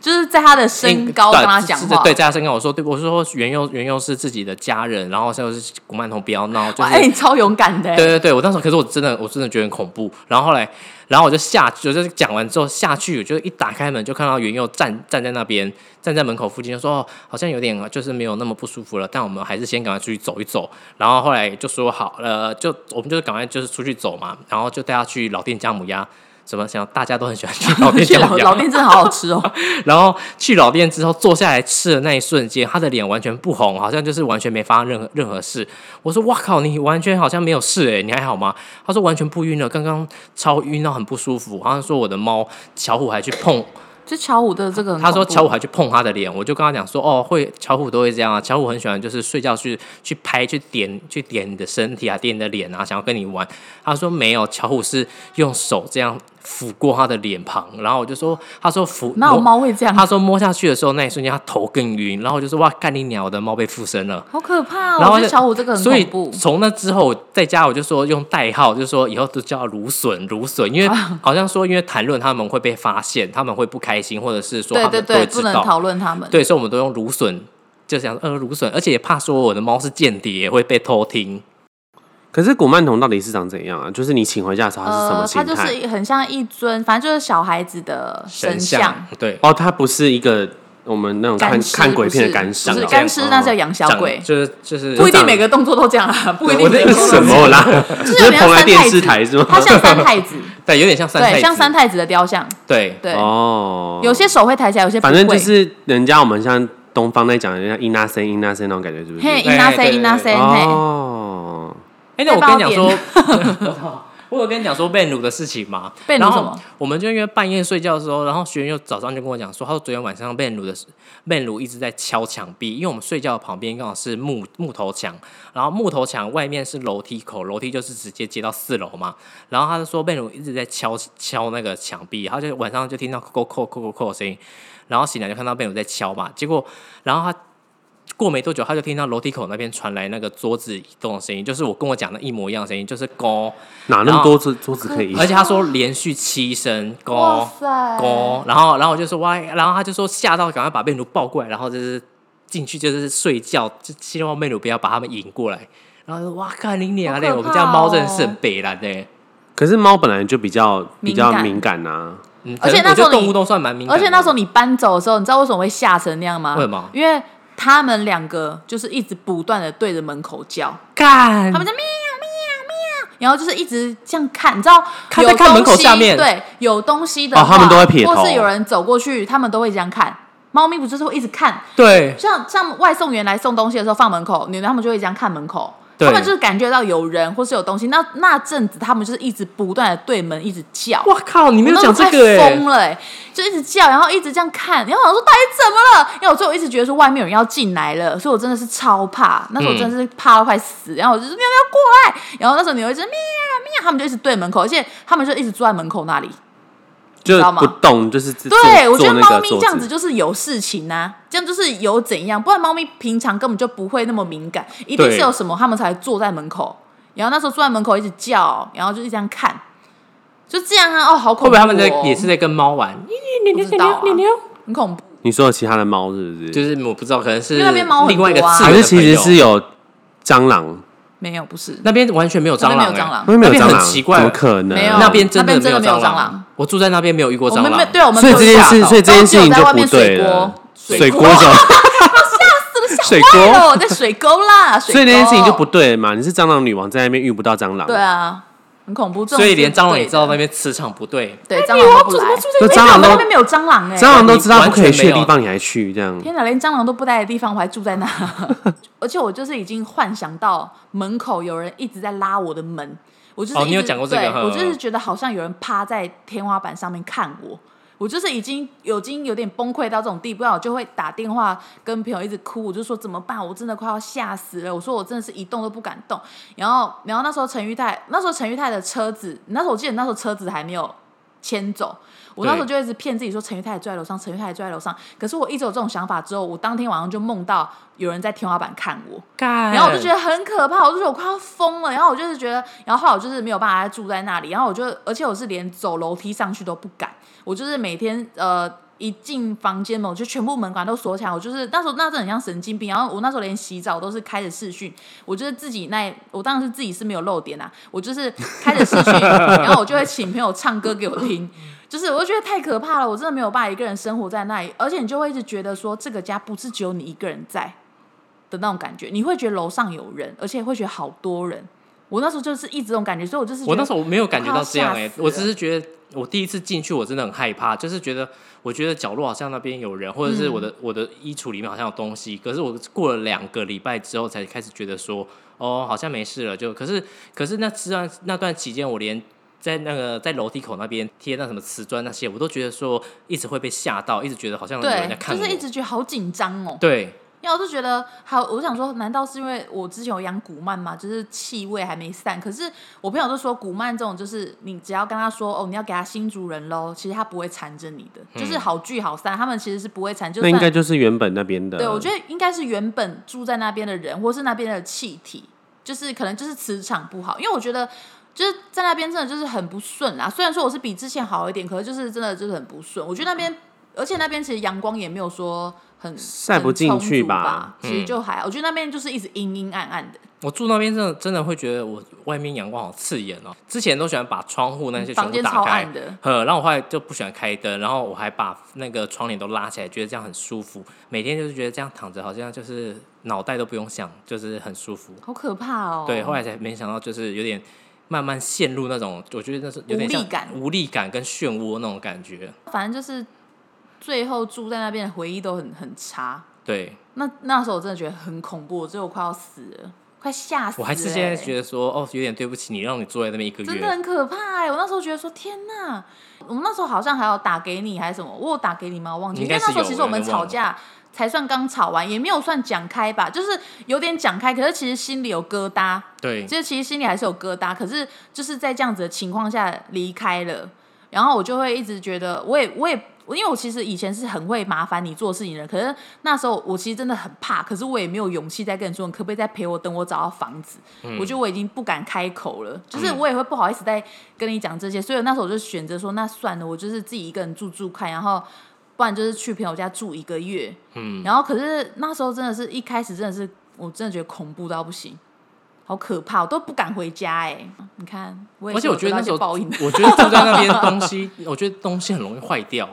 [SPEAKER 1] 就是在他的身高
[SPEAKER 2] 哎对
[SPEAKER 1] 跟他讲
[SPEAKER 2] 是是
[SPEAKER 1] 话，
[SPEAKER 2] 对，在他身高我说对，我说原佑原佑是自己的家人，然后就是古曼童不要闹，就
[SPEAKER 1] 哇，
[SPEAKER 2] 是
[SPEAKER 1] 哎、你超勇敢的、
[SPEAKER 2] 对对对，我当时可是我真的我真的觉得很恐怖。然后后来，然后我就下去，我就是讲完之后下去，我就一打开门就看到云佑站站在那边，站在门口附近，就说哦，好像有点就是没有那么不舒服了，但我们还是先赶快出去走一走。然后后来就说好，呃，就我们就赶快就是出去走嘛，然后就带他去老店姜母鸭。什么想大家都很喜欢去老店
[SPEAKER 1] 去
[SPEAKER 2] 姜
[SPEAKER 1] 老
[SPEAKER 2] 母
[SPEAKER 1] 老
[SPEAKER 2] 鸭，
[SPEAKER 1] 店真的好好吃哦，
[SPEAKER 2] 然后去老店之后坐下来吃的那一瞬间，他的脸完全不红，好像就是完全没发生任何任何事。我说哇靠，你完全好像没有事哎、你还好吗？他说完全不晕了，刚刚超晕到很不舒服，好像说我的猫巧虎还去碰
[SPEAKER 1] 就巧虎的这个很
[SPEAKER 2] 他说
[SPEAKER 1] 恐怖
[SPEAKER 2] 巧虎还去碰他的脸，我就跟他讲说，哦，会巧虎都会这样啊，巧虎很喜欢就是睡觉去去拍去点去点你的身体啊，点你的脸啊，想要跟你玩。他说没有，巧虎是用手这样抚过他的脸庞，然后我就说，他说抚
[SPEAKER 1] 哪有
[SPEAKER 2] 摸
[SPEAKER 1] 猫会这样？
[SPEAKER 2] 他说摸下去的时候那一瞬间他头更晕，然后我就说哇，干你鸟，我的猫被附身了。
[SPEAKER 1] 好可怕哦！
[SPEAKER 2] 然后
[SPEAKER 1] 我觉得
[SPEAKER 2] 就
[SPEAKER 1] 巧虎这个很
[SPEAKER 2] 所以
[SPEAKER 1] 恐怖，
[SPEAKER 2] 从那之后，在家我就说用代号，就说以后都叫芦笋芦笋，因为
[SPEAKER 1] 啊
[SPEAKER 2] 好像说因为谈论他们会被发现，他们会不开心，或者是说
[SPEAKER 1] 对
[SPEAKER 2] 他
[SPEAKER 1] 对
[SPEAKER 2] 们都会
[SPEAKER 1] 对，不
[SPEAKER 2] 知
[SPEAKER 1] 能
[SPEAKER 2] 道。
[SPEAKER 1] 讨论他们。
[SPEAKER 2] 对，所以我们都用芦笋，就想呃芦笋，而且也怕说我的猫是间谍，也会被偷听。
[SPEAKER 3] 可是古曼童到底是长怎样啊？就是你请回家的时候，它是什么
[SPEAKER 1] 呃，它
[SPEAKER 3] 形
[SPEAKER 1] 就
[SPEAKER 3] 态？
[SPEAKER 1] 是很像一尊，反正就是小孩子的神像
[SPEAKER 2] 像，对，
[SPEAKER 3] 哦，它不是一个我们那种看
[SPEAKER 1] 干尸
[SPEAKER 3] 看鬼片的干
[SPEAKER 1] 干
[SPEAKER 3] 尸，
[SPEAKER 1] 不是
[SPEAKER 2] 哦
[SPEAKER 1] 干尸那叫养小
[SPEAKER 2] 长
[SPEAKER 1] 鬼，
[SPEAKER 2] 就是就是
[SPEAKER 1] 不一定
[SPEAKER 3] 长
[SPEAKER 1] 每个动作都这样啊，不一定
[SPEAKER 3] 我
[SPEAKER 1] 每
[SPEAKER 3] 那
[SPEAKER 1] 个
[SPEAKER 3] 个
[SPEAKER 1] 动作
[SPEAKER 3] 什
[SPEAKER 1] 都这样
[SPEAKER 3] 么 啦？
[SPEAKER 1] 就
[SPEAKER 3] 就是
[SPEAKER 1] 有
[SPEAKER 3] 是
[SPEAKER 1] 点
[SPEAKER 3] 蓬
[SPEAKER 1] 像
[SPEAKER 3] 莱
[SPEAKER 1] 三
[SPEAKER 3] 电
[SPEAKER 1] 太
[SPEAKER 3] 视
[SPEAKER 1] 子，
[SPEAKER 3] 台是吗？
[SPEAKER 1] 它像三太 子，
[SPEAKER 2] 对，有点像三太
[SPEAKER 1] 对，
[SPEAKER 2] 子，
[SPEAKER 1] 像三太子的雕像，
[SPEAKER 2] 对
[SPEAKER 1] 对，
[SPEAKER 3] 哦，
[SPEAKER 1] 有些手会抬起来，有些不
[SPEAKER 3] 反
[SPEAKER 1] 会。
[SPEAKER 3] 正就是人家我们像东方在讲，人家伊那森伊那森那种感觉，是不是？
[SPEAKER 1] 嘿，伊
[SPEAKER 2] 对
[SPEAKER 1] 那塞
[SPEAKER 2] 对
[SPEAKER 1] 伊那
[SPEAKER 2] 对
[SPEAKER 1] 塞，嘿，
[SPEAKER 3] 哦，
[SPEAKER 2] 哎、那我跟你讲说
[SPEAKER 1] 被，
[SPEAKER 2] 我有跟你讲说被掳的事情吗？
[SPEAKER 1] 被掳
[SPEAKER 2] 然后
[SPEAKER 1] 什么
[SPEAKER 2] 我们就因为半夜睡觉的时候，然后学员又早上就跟我讲说，他说昨天晚上被掳的时被掳一直在敲墙壁，因为我们睡觉的旁边刚好是木木头墙，然后木头墙外面是楼梯口，楼梯就是直接接到四楼嘛。然后他就说被掳一直在敲敲那个墙壁，他就晚上就听到扣扣扣扣扣的声音，然后醒来就看到被掳在敲嘛，结果然后他过没多久，他就听到楼梯口那边传来那个桌子移动的声音，就是我跟我讲的一模一样的声音，就是咣，
[SPEAKER 3] 哪那
[SPEAKER 1] 哦
[SPEAKER 3] 么多桌桌子可以？
[SPEAKER 2] 而且他说连续七声
[SPEAKER 1] 哇
[SPEAKER 2] 咣
[SPEAKER 1] 塞，
[SPEAKER 2] 咣，然后然后我就说哇，然后他就说吓到，赶快把贝鲁抱过来，然后就是进去就是睡觉，就希望贝鲁不要把他们引过来。然后说哇，看你娘嘞，
[SPEAKER 1] 好可怕
[SPEAKER 2] 我们家猫真的是
[SPEAKER 1] 哦
[SPEAKER 2] 很北蓝欸的。
[SPEAKER 3] 可是猫本来就比较比较
[SPEAKER 1] 敏感
[SPEAKER 3] 敏感啊呐，
[SPEAKER 2] 嗯，
[SPEAKER 1] 而且
[SPEAKER 2] 可能
[SPEAKER 1] 那时候
[SPEAKER 2] 我觉得动
[SPEAKER 1] 你
[SPEAKER 2] 物都算蛮敏感
[SPEAKER 1] 而
[SPEAKER 2] 的，
[SPEAKER 1] 且那时候你搬走的时候，你知道为什么会吓成那样吗？
[SPEAKER 2] 为什么
[SPEAKER 1] 因为他们两个就是一直不断的对着门口叫，
[SPEAKER 3] 嗯
[SPEAKER 2] 干
[SPEAKER 1] 他们在喵喵喵，然后就是一直这样看，你知道
[SPEAKER 2] 看
[SPEAKER 1] 有
[SPEAKER 2] 在看门口
[SPEAKER 1] 东西
[SPEAKER 2] 下面
[SPEAKER 1] 对，有东西的话，
[SPEAKER 3] 哦他们都会撇头
[SPEAKER 1] 或是有人走过去，他们都会这样看。猫咪不就是会一直看，
[SPEAKER 2] 对
[SPEAKER 1] 像像外送员来送东西的时候放门口，你他们就会这样看门口，
[SPEAKER 2] 对
[SPEAKER 1] 他们就是感觉到有人或是有东西。那那阵子他们就是一直不断的对门一直叫，
[SPEAKER 2] 哇靠！你没有
[SPEAKER 1] 我
[SPEAKER 2] 讲
[SPEAKER 1] 那
[SPEAKER 2] 这
[SPEAKER 1] 时候
[SPEAKER 2] 个
[SPEAKER 1] 快
[SPEAKER 2] 哎、
[SPEAKER 1] 疯了、欸，就一直叫，然后一直这样看，然后我说到底怎么了？因为我最后一直觉得说外面有人要进来了，所以我真的是超怕，那时候我真
[SPEAKER 2] 嗯
[SPEAKER 1] 的是怕到快死，然后我就是喵喵过来，然后那时候你会一直喵喵，他们就一直对门口，而且他们就一直坐在门口那里。
[SPEAKER 3] 就
[SPEAKER 1] 知道吗
[SPEAKER 3] 不动，就是自
[SPEAKER 1] 对，我觉
[SPEAKER 3] 坐坐
[SPEAKER 1] 得
[SPEAKER 3] 那
[SPEAKER 1] 猫
[SPEAKER 3] 个
[SPEAKER 1] 咪
[SPEAKER 3] 桌
[SPEAKER 1] 这样子
[SPEAKER 3] 子。
[SPEAKER 1] 就是有事情呐、这样就是有怎样，不然猫咪平常根本就不会那么敏感，一定
[SPEAKER 2] 对
[SPEAKER 1] 是有什么他们才坐在门口，然后那时候坐在门口一直叫，然后就一直这样看，就这样啊，哦，好
[SPEAKER 2] 会不
[SPEAKER 1] 恐怖、
[SPEAKER 2] 会
[SPEAKER 1] 哦！
[SPEAKER 2] 他们在也是在跟猫玩？
[SPEAKER 1] 不知道、啊，很恐怖。
[SPEAKER 3] 你说的其他的猫是不？
[SPEAKER 2] 就是是我不知道，可能是
[SPEAKER 1] 因为那边猫很
[SPEAKER 2] 另外一个
[SPEAKER 1] 多啊
[SPEAKER 2] 次元的朋友
[SPEAKER 3] 还是其实是有蟑螂？
[SPEAKER 1] 没有，不是，
[SPEAKER 2] 那边完全没有蟑
[SPEAKER 1] 那边
[SPEAKER 2] 螂、
[SPEAKER 1] 没
[SPEAKER 2] 欸，
[SPEAKER 1] 有蟑螂，
[SPEAKER 3] 那边没
[SPEAKER 2] 那
[SPEAKER 3] 有
[SPEAKER 2] 边
[SPEAKER 3] 蟑
[SPEAKER 2] 很
[SPEAKER 3] 螂，
[SPEAKER 2] 奇怪
[SPEAKER 3] 怎么可能？
[SPEAKER 1] 没有
[SPEAKER 2] 那边真的
[SPEAKER 1] 那边真的没有
[SPEAKER 2] 蟑
[SPEAKER 1] 蟑螂
[SPEAKER 2] 我住在那边没有遇过
[SPEAKER 1] 我
[SPEAKER 2] 蟑
[SPEAKER 1] 们没
[SPEAKER 2] 螂，欸
[SPEAKER 1] 对，我们
[SPEAKER 3] 所以这件
[SPEAKER 1] 没有
[SPEAKER 3] 事，
[SPEAKER 1] 吓到
[SPEAKER 3] 所以这件事情
[SPEAKER 1] 我们只有在
[SPEAKER 3] 就
[SPEAKER 1] 外
[SPEAKER 3] 不
[SPEAKER 1] 面
[SPEAKER 3] 对
[SPEAKER 1] 水
[SPEAKER 3] 了
[SPEAKER 1] 锅。，
[SPEAKER 3] 水
[SPEAKER 1] 锅
[SPEAKER 3] 锅就，
[SPEAKER 1] 吓死
[SPEAKER 3] 水
[SPEAKER 1] 了，
[SPEAKER 3] 锅
[SPEAKER 1] 吓坏了，我在水沟啦，水
[SPEAKER 3] 所以那件事情就不
[SPEAKER 1] 沟
[SPEAKER 3] 对嘛。你是蟑螂女王，在那边遇不到蟑螂，
[SPEAKER 1] 对啊，很恐怖，这种
[SPEAKER 2] 所以连
[SPEAKER 1] 是
[SPEAKER 2] 蟑螂
[SPEAKER 1] 对
[SPEAKER 2] 也知道
[SPEAKER 1] 的
[SPEAKER 2] 那边磁场不对。
[SPEAKER 1] 对
[SPEAKER 3] 哎
[SPEAKER 1] 蟑螂都不来，
[SPEAKER 3] 那
[SPEAKER 1] 哎
[SPEAKER 3] 蟑
[SPEAKER 1] 我们
[SPEAKER 3] 螂
[SPEAKER 1] 那
[SPEAKER 3] 都
[SPEAKER 1] 边没有蟑螂哎，
[SPEAKER 3] 蟑螂都知道
[SPEAKER 2] 完
[SPEAKER 3] 不
[SPEAKER 2] 全
[SPEAKER 3] 可以去的
[SPEAKER 2] 没有
[SPEAKER 3] 地方，你还去这样？
[SPEAKER 1] 天哪，连蟑螂都不待的地方，我还住在那， 而且我就是已经幻想到门口有人一直在拉我的门，我就是
[SPEAKER 2] 哦
[SPEAKER 1] 一直
[SPEAKER 2] 你有讲过这个嗯
[SPEAKER 1] 对
[SPEAKER 2] 呵
[SPEAKER 1] 我就是觉得好像有人趴在天花板上面看我。我就是已经已经有点崩溃到这种地步，然后我就会打电话跟朋友一直哭，我就说怎么办？我真的快要吓死了。我说我真的是一动都不敢动。然后，然后那时候陈玉泰，那时候陈玉泰的车子，那时候我记得那时候车子还没有牵走，我那时候就一直骗自己说陈玉泰住在楼上，陈玉泰住在楼上。可是我一直有这种想法之后，我当天晚上就梦到有人在天花板看我，
[SPEAKER 2] 然
[SPEAKER 1] 然后我就觉得很可怕，我就觉得我快要疯了。然后我就是觉得，然后后来我就是没有办法再住在那里，然后我就，而且我是连走楼梯上去都不敢，我就是每天呃一进房间门，我就全部门管都锁起来。我就是那时候那时候很像神经病，然后我那时候连洗澡都是开着视讯，我就是自己那我当然是自己是没有漏点啊，我就是开着视讯，然后我就会请朋友唱歌给我听。就是，我就觉得太可怕了，我真的没有办法一个人生活在那里，而且你就会一直觉得说，这个家不是只有你一个人在，的那种感觉，你会觉得楼上有人，而且会觉得好多人。我那时候就是一直这种感觉，所以我就是觉得
[SPEAKER 2] 我那时候没有感觉到这样
[SPEAKER 1] 我快
[SPEAKER 2] 哎、
[SPEAKER 1] 要吓死了
[SPEAKER 2] 我只是觉得我第一次进去我真的很害怕，就是觉得我觉得角落好像那边有人，或者是我的、
[SPEAKER 1] 嗯
[SPEAKER 2] 我的衣橱里面好像有东西。可是我过了两个礼拜之后才开始觉得说，哦，好像没事了。就可是可是那这段那段期间，我连在那个在楼梯口那边贴那什么瓷砖那些，我都觉得说一直会被吓到，一直觉得好像有人在
[SPEAKER 1] 对，
[SPEAKER 2] 看
[SPEAKER 1] 就
[SPEAKER 2] 我。
[SPEAKER 1] 是一直觉得好紧张哦。
[SPEAKER 2] 对
[SPEAKER 1] 因为我就觉得，好，我想说，难道是因为我之前有养古曼嘛，就是气味还没散？可是我朋友就说，古曼这种就是你只要跟他说，哦，你要给他新主人喽，其实他不会缠着你的，
[SPEAKER 2] 嗯
[SPEAKER 1] 就是好聚好散，他们其实是不会缠，就
[SPEAKER 3] 那
[SPEAKER 1] 算
[SPEAKER 3] 应该就是原本那边的。
[SPEAKER 2] 嗯
[SPEAKER 1] 对，我觉得应该是原本住在那边的人，或是那边的气体，就是可能就是磁场不好，因为我觉得。就是在那边真的就是很不顺啊，虽然说我是比之前好一点，可是就是真的就是很不顺。我觉得那边，而且那边其实阳光也没有说很
[SPEAKER 3] 晒不进去
[SPEAKER 1] 吧，
[SPEAKER 3] 吧
[SPEAKER 2] 嗯
[SPEAKER 1] 其实就还好。我觉得那边就是一直阴阴暗暗的，
[SPEAKER 2] 我住那边真的真的会觉得我外面阳光好刺眼哦。之前都喜欢把窗户那些全
[SPEAKER 1] 嗯房
[SPEAKER 2] 部
[SPEAKER 1] 间
[SPEAKER 2] 打
[SPEAKER 1] 超
[SPEAKER 2] 开
[SPEAKER 1] 暗，的。
[SPEAKER 2] 呃，然后我后来就不喜欢开灯，然后我还把那个窗帘都拉起来，觉得这样很舒服。每天就是觉得这样躺着，好像就是脑袋都不用想，就是很舒服。
[SPEAKER 1] 好可怕哦！
[SPEAKER 2] 对，后来才没想到，就是有点慢慢陷入那种，我觉得那是有点像
[SPEAKER 1] 无力感
[SPEAKER 2] 无力感跟漩涡那种感觉。
[SPEAKER 1] 反正就是最后住在那边的回忆都很很差。
[SPEAKER 2] 对
[SPEAKER 1] 那那时候我真的觉得很恐怖，我最后快要死了，快吓死了欸、
[SPEAKER 2] 我还是现在觉得说，哦，有点对不起你，让你坐在那边一个
[SPEAKER 1] 真的
[SPEAKER 2] 月。
[SPEAKER 1] 很可怕哎、我那时候觉得说，天哪！我们那时候好像还有打给你还是什么，我有打给你吗？我忘记。
[SPEAKER 2] 应
[SPEAKER 1] 因
[SPEAKER 2] 该
[SPEAKER 1] 为
[SPEAKER 2] 是
[SPEAKER 1] 那时候
[SPEAKER 2] 有
[SPEAKER 1] 其实我
[SPEAKER 2] 我
[SPEAKER 1] 们
[SPEAKER 2] 有点忘
[SPEAKER 1] 吵
[SPEAKER 2] 了
[SPEAKER 1] 架才算刚吵完，也没有算讲开吧，就是有点讲开，可是其实心里有疙瘩，
[SPEAKER 2] 对，
[SPEAKER 1] 就是其实心里还是有疙瘩。可是就是在这样子的情况下离开了，然后我就会一直觉得，我也我也。因为我其实以前是很会麻烦你做事情的人，可是那时候我其实真的很怕，可是我也没有勇气再跟你说，你可不可以再陪我，等我找到房子。我觉得我已经不敢开口了，就是我也会不好意思再跟你讲这些，所以那时候我就选择说，那算了，我就是自己一个人住住看，然后不然就是去朋友家住一个月。嗯，然后可是那时候真的是一开始真的是，我真的觉得恐怖到不行，好可怕，我都不敢回家哎、你看，我也
[SPEAKER 2] 而
[SPEAKER 1] 是
[SPEAKER 2] 且我觉得
[SPEAKER 1] 有
[SPEAKER 2] 那
[SPEAKER 1] 得
[SPEAKER 2] 时
[SPEAKER 1] 到一
[SPEAKER 2] 候，
[SPEAKER 1] 些报应的
[SPEAKER 2] 我觉得住在那边东西，我觉得东西很容易坏掉。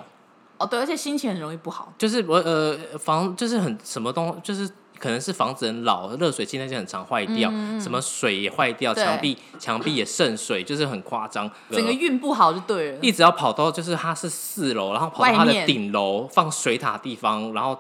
[SPEAKER 1] 哦，对，而且心情很容易不好。
[SPEAKER 2] 就是我呃房就是很什么东就是。可能是房子很老，热水器那些很常坏掉，什么水也坏掉，
[SPEAKER 1] 嗯对
[SPEAKER 2] 墙壁墙壁也渗水，就是很夸张。
[SPEAKER 1] 整个
[SPEAKER 2] 呃
[SPEAKER 1] 运不好就对了，
[SPEAKER 2] 一直要跑到就是它是四楼，然后跑到它
[SPEAKER 1] 外
[SPEAKER 2] 的
[SPEAKER 1] 面
[SPEAKER 2] 顶楼放水塔地方，然后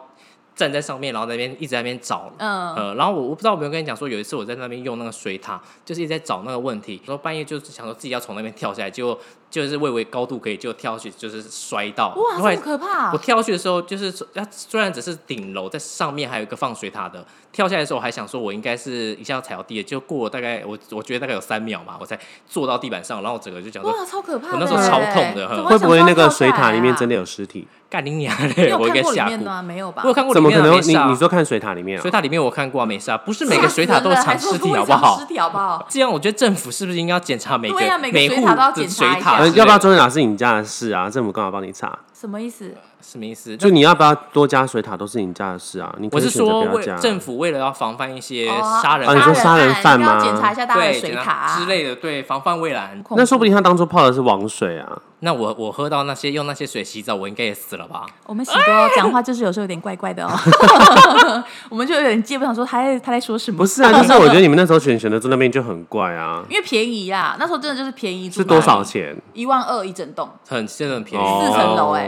[SPEAKER 2] 站在上面，然后在那边一直在那边找，
[SPEAKER 1] 嗯
[SPEAKER 2] 呃，然后我我不知道有没有跟你讲说，有一次我在那边用那个水塔，就是一直在找那个问题，说半夜就是想说自己要从那边跳下来，结果就是我以为高度可以就跳下去，就是摔到，
[SPEAKER 1] 哇，
[SPEAKER 2] 后来
[SPEAKER 1] 这么可怕
[SPEAKER 2] 我！跳下去的时候，就是它虽然只是顶楼，在上面还有一个放水塔的。跳下来的时候，我还想说我应该是一下要踩到地了，就过了大概我我觉得大概有三秒吧，我才坐到地板上，然后我整个就讲说
[SPEAKER 1] 哇，超可怕的欸！
[SPEAKER 2] 我那时候超痛的
[SPEAKER 1] 怎么
[SPEAKER 2] 我
[SPEAKER 3] 会不会
[SPEAKER 1] 想
[SPEAKER 3] 那
[SPEAKER 1] 说
[SPEAKER 3] 个
[SPEAKER 1] 要跳
[SPEAKER 3] 水
[SPEAKER 1] 下来
[SPEAKER 3] 塔里面
[SPEAKER 1] 啊
[SPEAKER 3] 真的有尸体？
[SPEAKER 2] 干你娘
[SPEAKER 1] 你
[SPEAKER 2] 嘞，
[SPEAKER 1] 有
[SPEAKER 2] 我应
[SPEAKER 1] 看
[SPEAKER 2] 该
[SPEAKER 1] 过里
[SPEAKER 2] 吓
[SPEAKER 1] 面
[SPEAKER 2] 哭
[SPEAKER 1] 的。吗？没有吧
[SPEAKER 2] 我？有看过里
[SPEAKER 3] 怎么
[SPEAKER 2] 面
[SPEAKER 3] 可
[SPEAKER 2] 的
[SPEAKER 3] 能
[SPEAKER 2] 没
[SPEAKER 3] 会？你
[SPEAKER 2] 事啊
[SPEAKER 3] 你说看水塔里面、
[SPEAKER 2] 水
[SPEAKER 3] 啊，
[SPEAKER 2] 塔里面我看过啊，没事啊，不是每个水塔都有藏尸体，好不
[SPEAKER 1] 吓死人了还说会藏
[SPEAKER 2] 好
[SPEAKER 1] 尸？体好不好？
[SPEAKER 2] 这样我觉得政府是不是应该要检查每个
[SPEAKER 1] 对啊每个水
[SPEAKER 2] 户
[SPEAKER 1] 塔都要
[SPEAKER 2] 的
[SPEAKER 1] 检
[SPEAKER 2] 水
[SPEAKER 1] 查一
[SPEAKER 2] 塔之
[SPEAKER 1] 下
[SPEAKER 3] 呃
[SPEAKER 2] 类的？
[SPEAKER 3] 要不要周云塔是你家的事啊？政府干嘛帮你查？
[SPEAKER 1] 什么意思？
[SPEAKER 2] 什么意思？
[SPEAKER 3] 就你要不要多加水塔都是你家的事啊？你可
[SPEAKER 2] 我
[SPEAKER 3] 以
[SPEAKER 2] 是
[SPEAKER 3] 选择
[SPEAKER 2] 说
[SPEAKER 3] 不要
[SPEAKER 2] 为
[SPEAKER 3] 加。
[SPEAKER 2] 政府为了要防范一些
[SPEAKER 1] 哦
[SPEAKER 2] 杀人
[SPEAKER 3] 啊
[SPEAKER 2] 案
[SPEAKER 3] 你说杀人
[SPEAKER 1] 案
[SPEAKER 3] 犯
[SPEAKER 1] 应该要
[SPEAKER 3] 吗
[SPEAKER 1] 检查一下大家的
[SPEAKER 2] 对，
[SPEAKER 1] 水
[SPEAKER 2] 检查
[SPEAKER 1] 塔啊
[SPEAKER 2] 之，类的，对，防范未然。
[SPEAKER 1] 恐怖
[SPEAKER 3] 那说不定他当初泡的是王水啊。
[SPEAKER 2] 那我我喝到那些用那些水洗澡，我应该也死了吧？
[SPEAKER 1] 我们喜 多讲话就是有时候有点怪怪的哦，哦我们就有点接不上，说他在他在说什
[SPEAKER 3] 不
[SPEAKER 1] 么？，
[SPEAKER 3] 是啊，就是我觉得你们那时候选选的住那边就很怪啊
[SPEAKER 1] 因为便宜啊，那时候真的就是便宜，
[SPEAKER 3] 是多少？钱？
[SPEAKER 1] 一万二一整栋，
[SPEAKER 2] 很真的很便宜。
[SPEAKER 3] 哦
[SPEAKER 1] 四层楼欸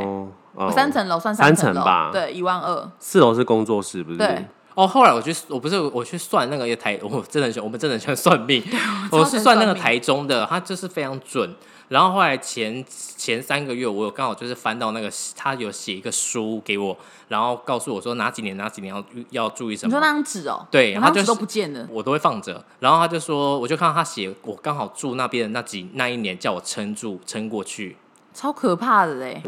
[SPEAKER 3] 哦
[SPEAKER 1] 三层楼算
[SPEAKER 3] 三层
[SPEAKER 1] 层楼
[SPEAKER 3] 吧
[SPEAKER 1] 对，一万二，
[SPEAKER 3] 四楼是工作室，不是？
[SPEAKER 1] 对，
[SPEAKER 2] 哦，后来我去，我不是我去算那个台，我真的很喜欢我们真的很喜欢算命，
[SPEAKER 1] 我
[SPEAKER 2] 我
[SPEAKER 1] 超喜
[SPEAKER 2] 是
[SPEAKER 1] 欢
[SPEAKER 2] 算那个
[SPEAKER 1] 算命
[SPEAKER 2] 台中的，它就是非常准。然后后来前前三个月，我有刚好就是翻到那个，他有写一个书给我，然后告诉我说哪几年哪几年要要注意什
[SPEAKER 1] 你说
[SPEAKER 2] 么
[SPEAKER 1] 那。张纸哦，
[SPEAKER 2] 对
[SPEAKER 1] 我
[SPEAKER 2] 他
[SPEAKER 1] 那
[SPEAKER 2] 就
[SPEAKER 1] 张
[SPEAKER 2] 是
[SPEAKER 1] 纸都不见了，
[SPEAKER 2] 我都会放着。然后他就说，我就看到他写，我刚好住那边的那几那一年，叫我撑住，撑过去。
[SPEAKER 1] 超可怕的嘞！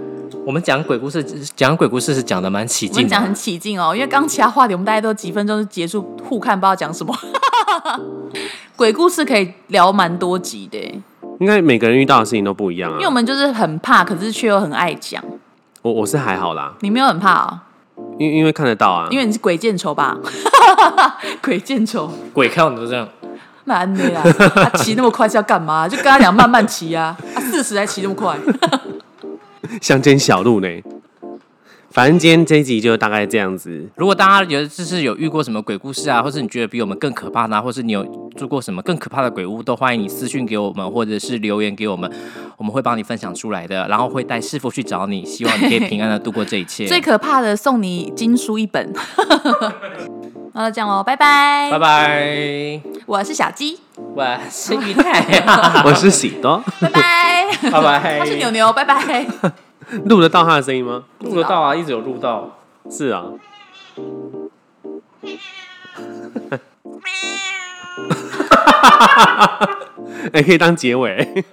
[SPEAKER 2] 我们讲鬼故事，讲鬼故事是讲的蛮起
[SPEAKER 1] 我们
[SPEAKER 2] 劲
[SPEAKER 1] 讲很
[SPEAKER 2] 的。
[SPEAKER 1] 起劲哦，因为刚其他话题我们大概都几分钟就结束，互看不知道讲什么。 鬼故事可以聊蛮多集的耶，
[SPEAKER 3] 应该每个人遇到的事情都不一样啊。
[SPEAKER 1] 因为我们就是很怕，可是却又很爱讲。
[SPEAKER 3] 我我是还好啦，
[SPEAKER 1] 你没有很怕哦，
[SPEAKER 3] 因因为看得到啊，
[SPEAKER 1] 因为你是鬼见愁吧？鬼见愁，
[SPEAKER 2] 鬼看到你都这样，
[SPEAKER 1] 那安内啊，他骑那么快是要干嘛？就跟他讲慢慢啊骑啊，他四十还骑那么快。
[SPEAKER 3] 乡间小路呢。反正今天这一集就大概这 样子。
[SPEAKER 2] 如果大家觉得就是有遇过什么鬼故事啊，或是你觉得比我们更可怕的、啊，或是你有住过什么更可怕的鬼屋，都欢迎你私讯给我们，或者是留言给我们，我们会帮你分享出来的，然后会带师傅去找你，希望你可以平安的度过这一切。
[SPEAKER 1] 最可怕的送你经书一本。 那就这样喽，拜拜。
[SPEAKER 2] 拜拜，
[SPEAKER 1] 我是小鸡，
[SPEAKER 2] 我是玉 泰，
[SPEAKER 3] 我是喜多，
[SPEAKER 1] 拜拜。
[SPEAKER 2] 拜拜，
[SPEAKER 1] 他是牛牛，拜拜。
[SPEAKER 3] 录得到他的声音吗？
[SPEAKER 2] 录得到啊，一直有录到。
[SPEAKER 3] 是 啊，哎、可以当结尾。